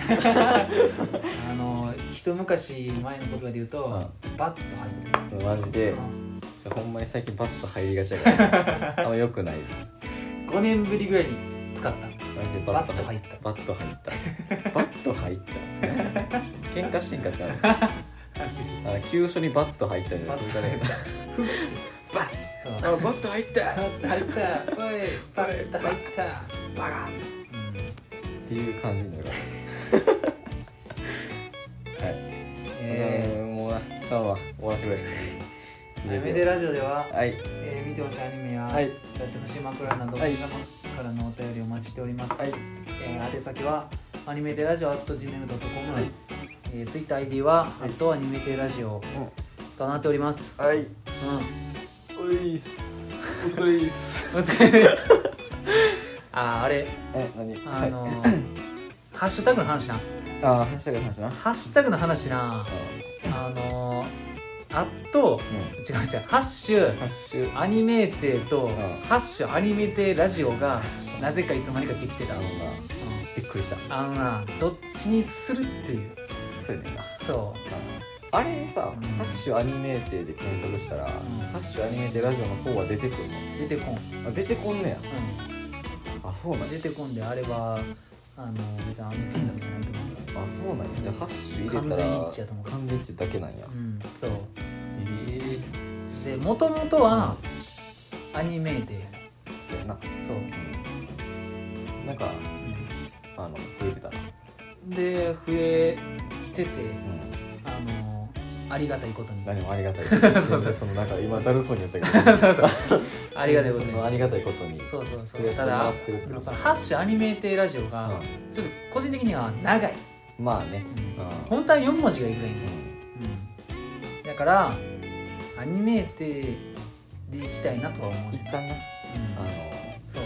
あの一昔前の言葉で言うと、バッと入ってる
そうマジでちょほんまに最近バッと入りがちや [LAUGHS] からあんまよくない
5年ぶりぐらいに使った
マジで
バッと入った
バッと入ったバッと入ったね喧嘩してんかったあの急所にバッと入ったじゃな
バ
い
ッ
そ
と
れ
入
が
った
ねバ
そう
ッあバッと入った
バッと入ったおいバッと入った
[LAUGHS] バカンっていう感じになるから続
アニ
い
メ
て
で
は
ラジオでは、
はい
えー見てほしいアニメや、
はい
使ってほしい枕など、
はい
皆様からのお便りお待ちしております、
はい
えー宛先はアニメテラジオ at gmail.com、
はい
えー、ツイッター ID は、
い
あとアニメテラジオとなっております、
はい
う
[LAUGHS]
ん、
おいっすお疲れっす
お疲れ様ですあーあれ
え何
あ
はい
のーハッシュタグの話な
あー話したけど話な
ハッシュタグの話なあのー、あっと
う
違う違うハッシュ
んハッシュ
アニメーテーと
ん
ハッシュアニメーテーラジオがなぜかいつまにかできてた、
あ
う
の
ん
なびっくりした
あのなどっちにするっていう
そうやねんな
そ
ああれさ、
うん
ハッシュアニメーテで検索したら、
ん
ハッシュアニメーテラジオの方は出てくる
う出てこん、
のあ出てこんねや
う
あそうな
ん、
んや
出てこんであれはあの別にアニメーテーだけじゃないと思う
あそうなんやじゃあハッシュ入れた
完全
ら
一致やと思う
完全一致だけなんや、
うんそう
ええ
でもともとはアニメーテーやね
そうやな、
そう、
うん、なんかあの増えてたな
うんで増えてて
うん
あのありがたいことに
何もありがたい
そうそう
全然そのなんか今だるそうにやったけど
[LAUGHS] ありがたいこと
[LAUGHS] そのあ
に
りがたいことに
そうそうそ
増や
う
して
た
もら
だ
ってるってこと
そのハッシュアニメーテーラジオが、ちょっと個人的には長い、
うんまあねうん
本当は4文字がいいぐらいね、
う
うん、だからアニメーテでいきたいなとは思
ん
う、
一旦なあ
うん、
の
そう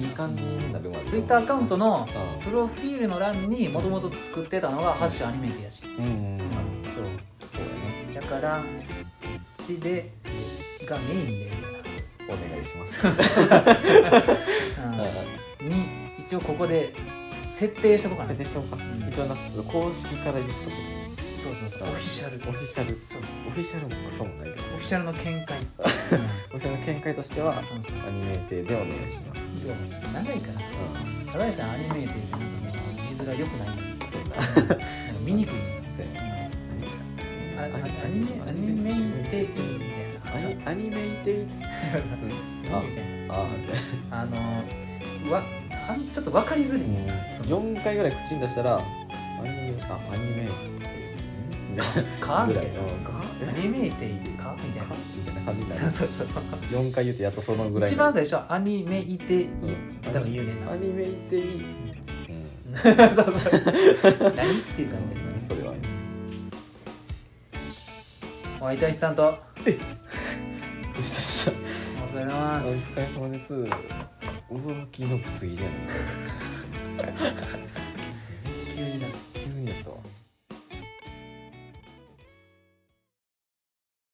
いい感じになるまで
ツイッターアカウントの
う
プロフィールの欄にもともと作ってたのがハッシュアニメーテやし、
んうんうん
そう
そうだね
だからそっちでがメインでみ
お願いしますうん
たいな、
[LAUGHS]
うん、に一応ここで設定しとこうかな
設定しようか
ん
一応な公式から言っとく
そうそうそうオ
うん
フィシャル
オフィシャル
そうそう
オフィシャルもクソもないけど
オフィシャルの
[LAUGHS]
見解、
オフィシャルの見解としては
うんそうそう
アニメーテでお願いします
そうちょっと長いから
う
原西さんアニメーテってなんかその字面良くないなんか
んそうや
見にくい
なそうやな
ああアニメアニメーテいいみた
ア
い
ニ
な
アニメーテ [LAUGHS] イあ
みたい
ああ
なあのうわあんちょっと分かりづらいねそう
4回ぐらい口に出したらアニメあアニメーテ
かみ
ぐ
た
ら
い
い
な
うんか
アニメーテいいかみたい
か
な
みたいな感じにな
そう
る
そうそう
4回言うてやっとそのぐら
[LAUGHS]
い
一番最初はアニメいていいっ
うん
て多分言うねんな
アニメーテイうん
[LAUGHS] そうそう何っていう感
[LAUGHS]
じだ
うんそれは
お相手は石さんとお
藤田さん
疲れ様
お
です
疲れ様です驚きのぶつぎじゃない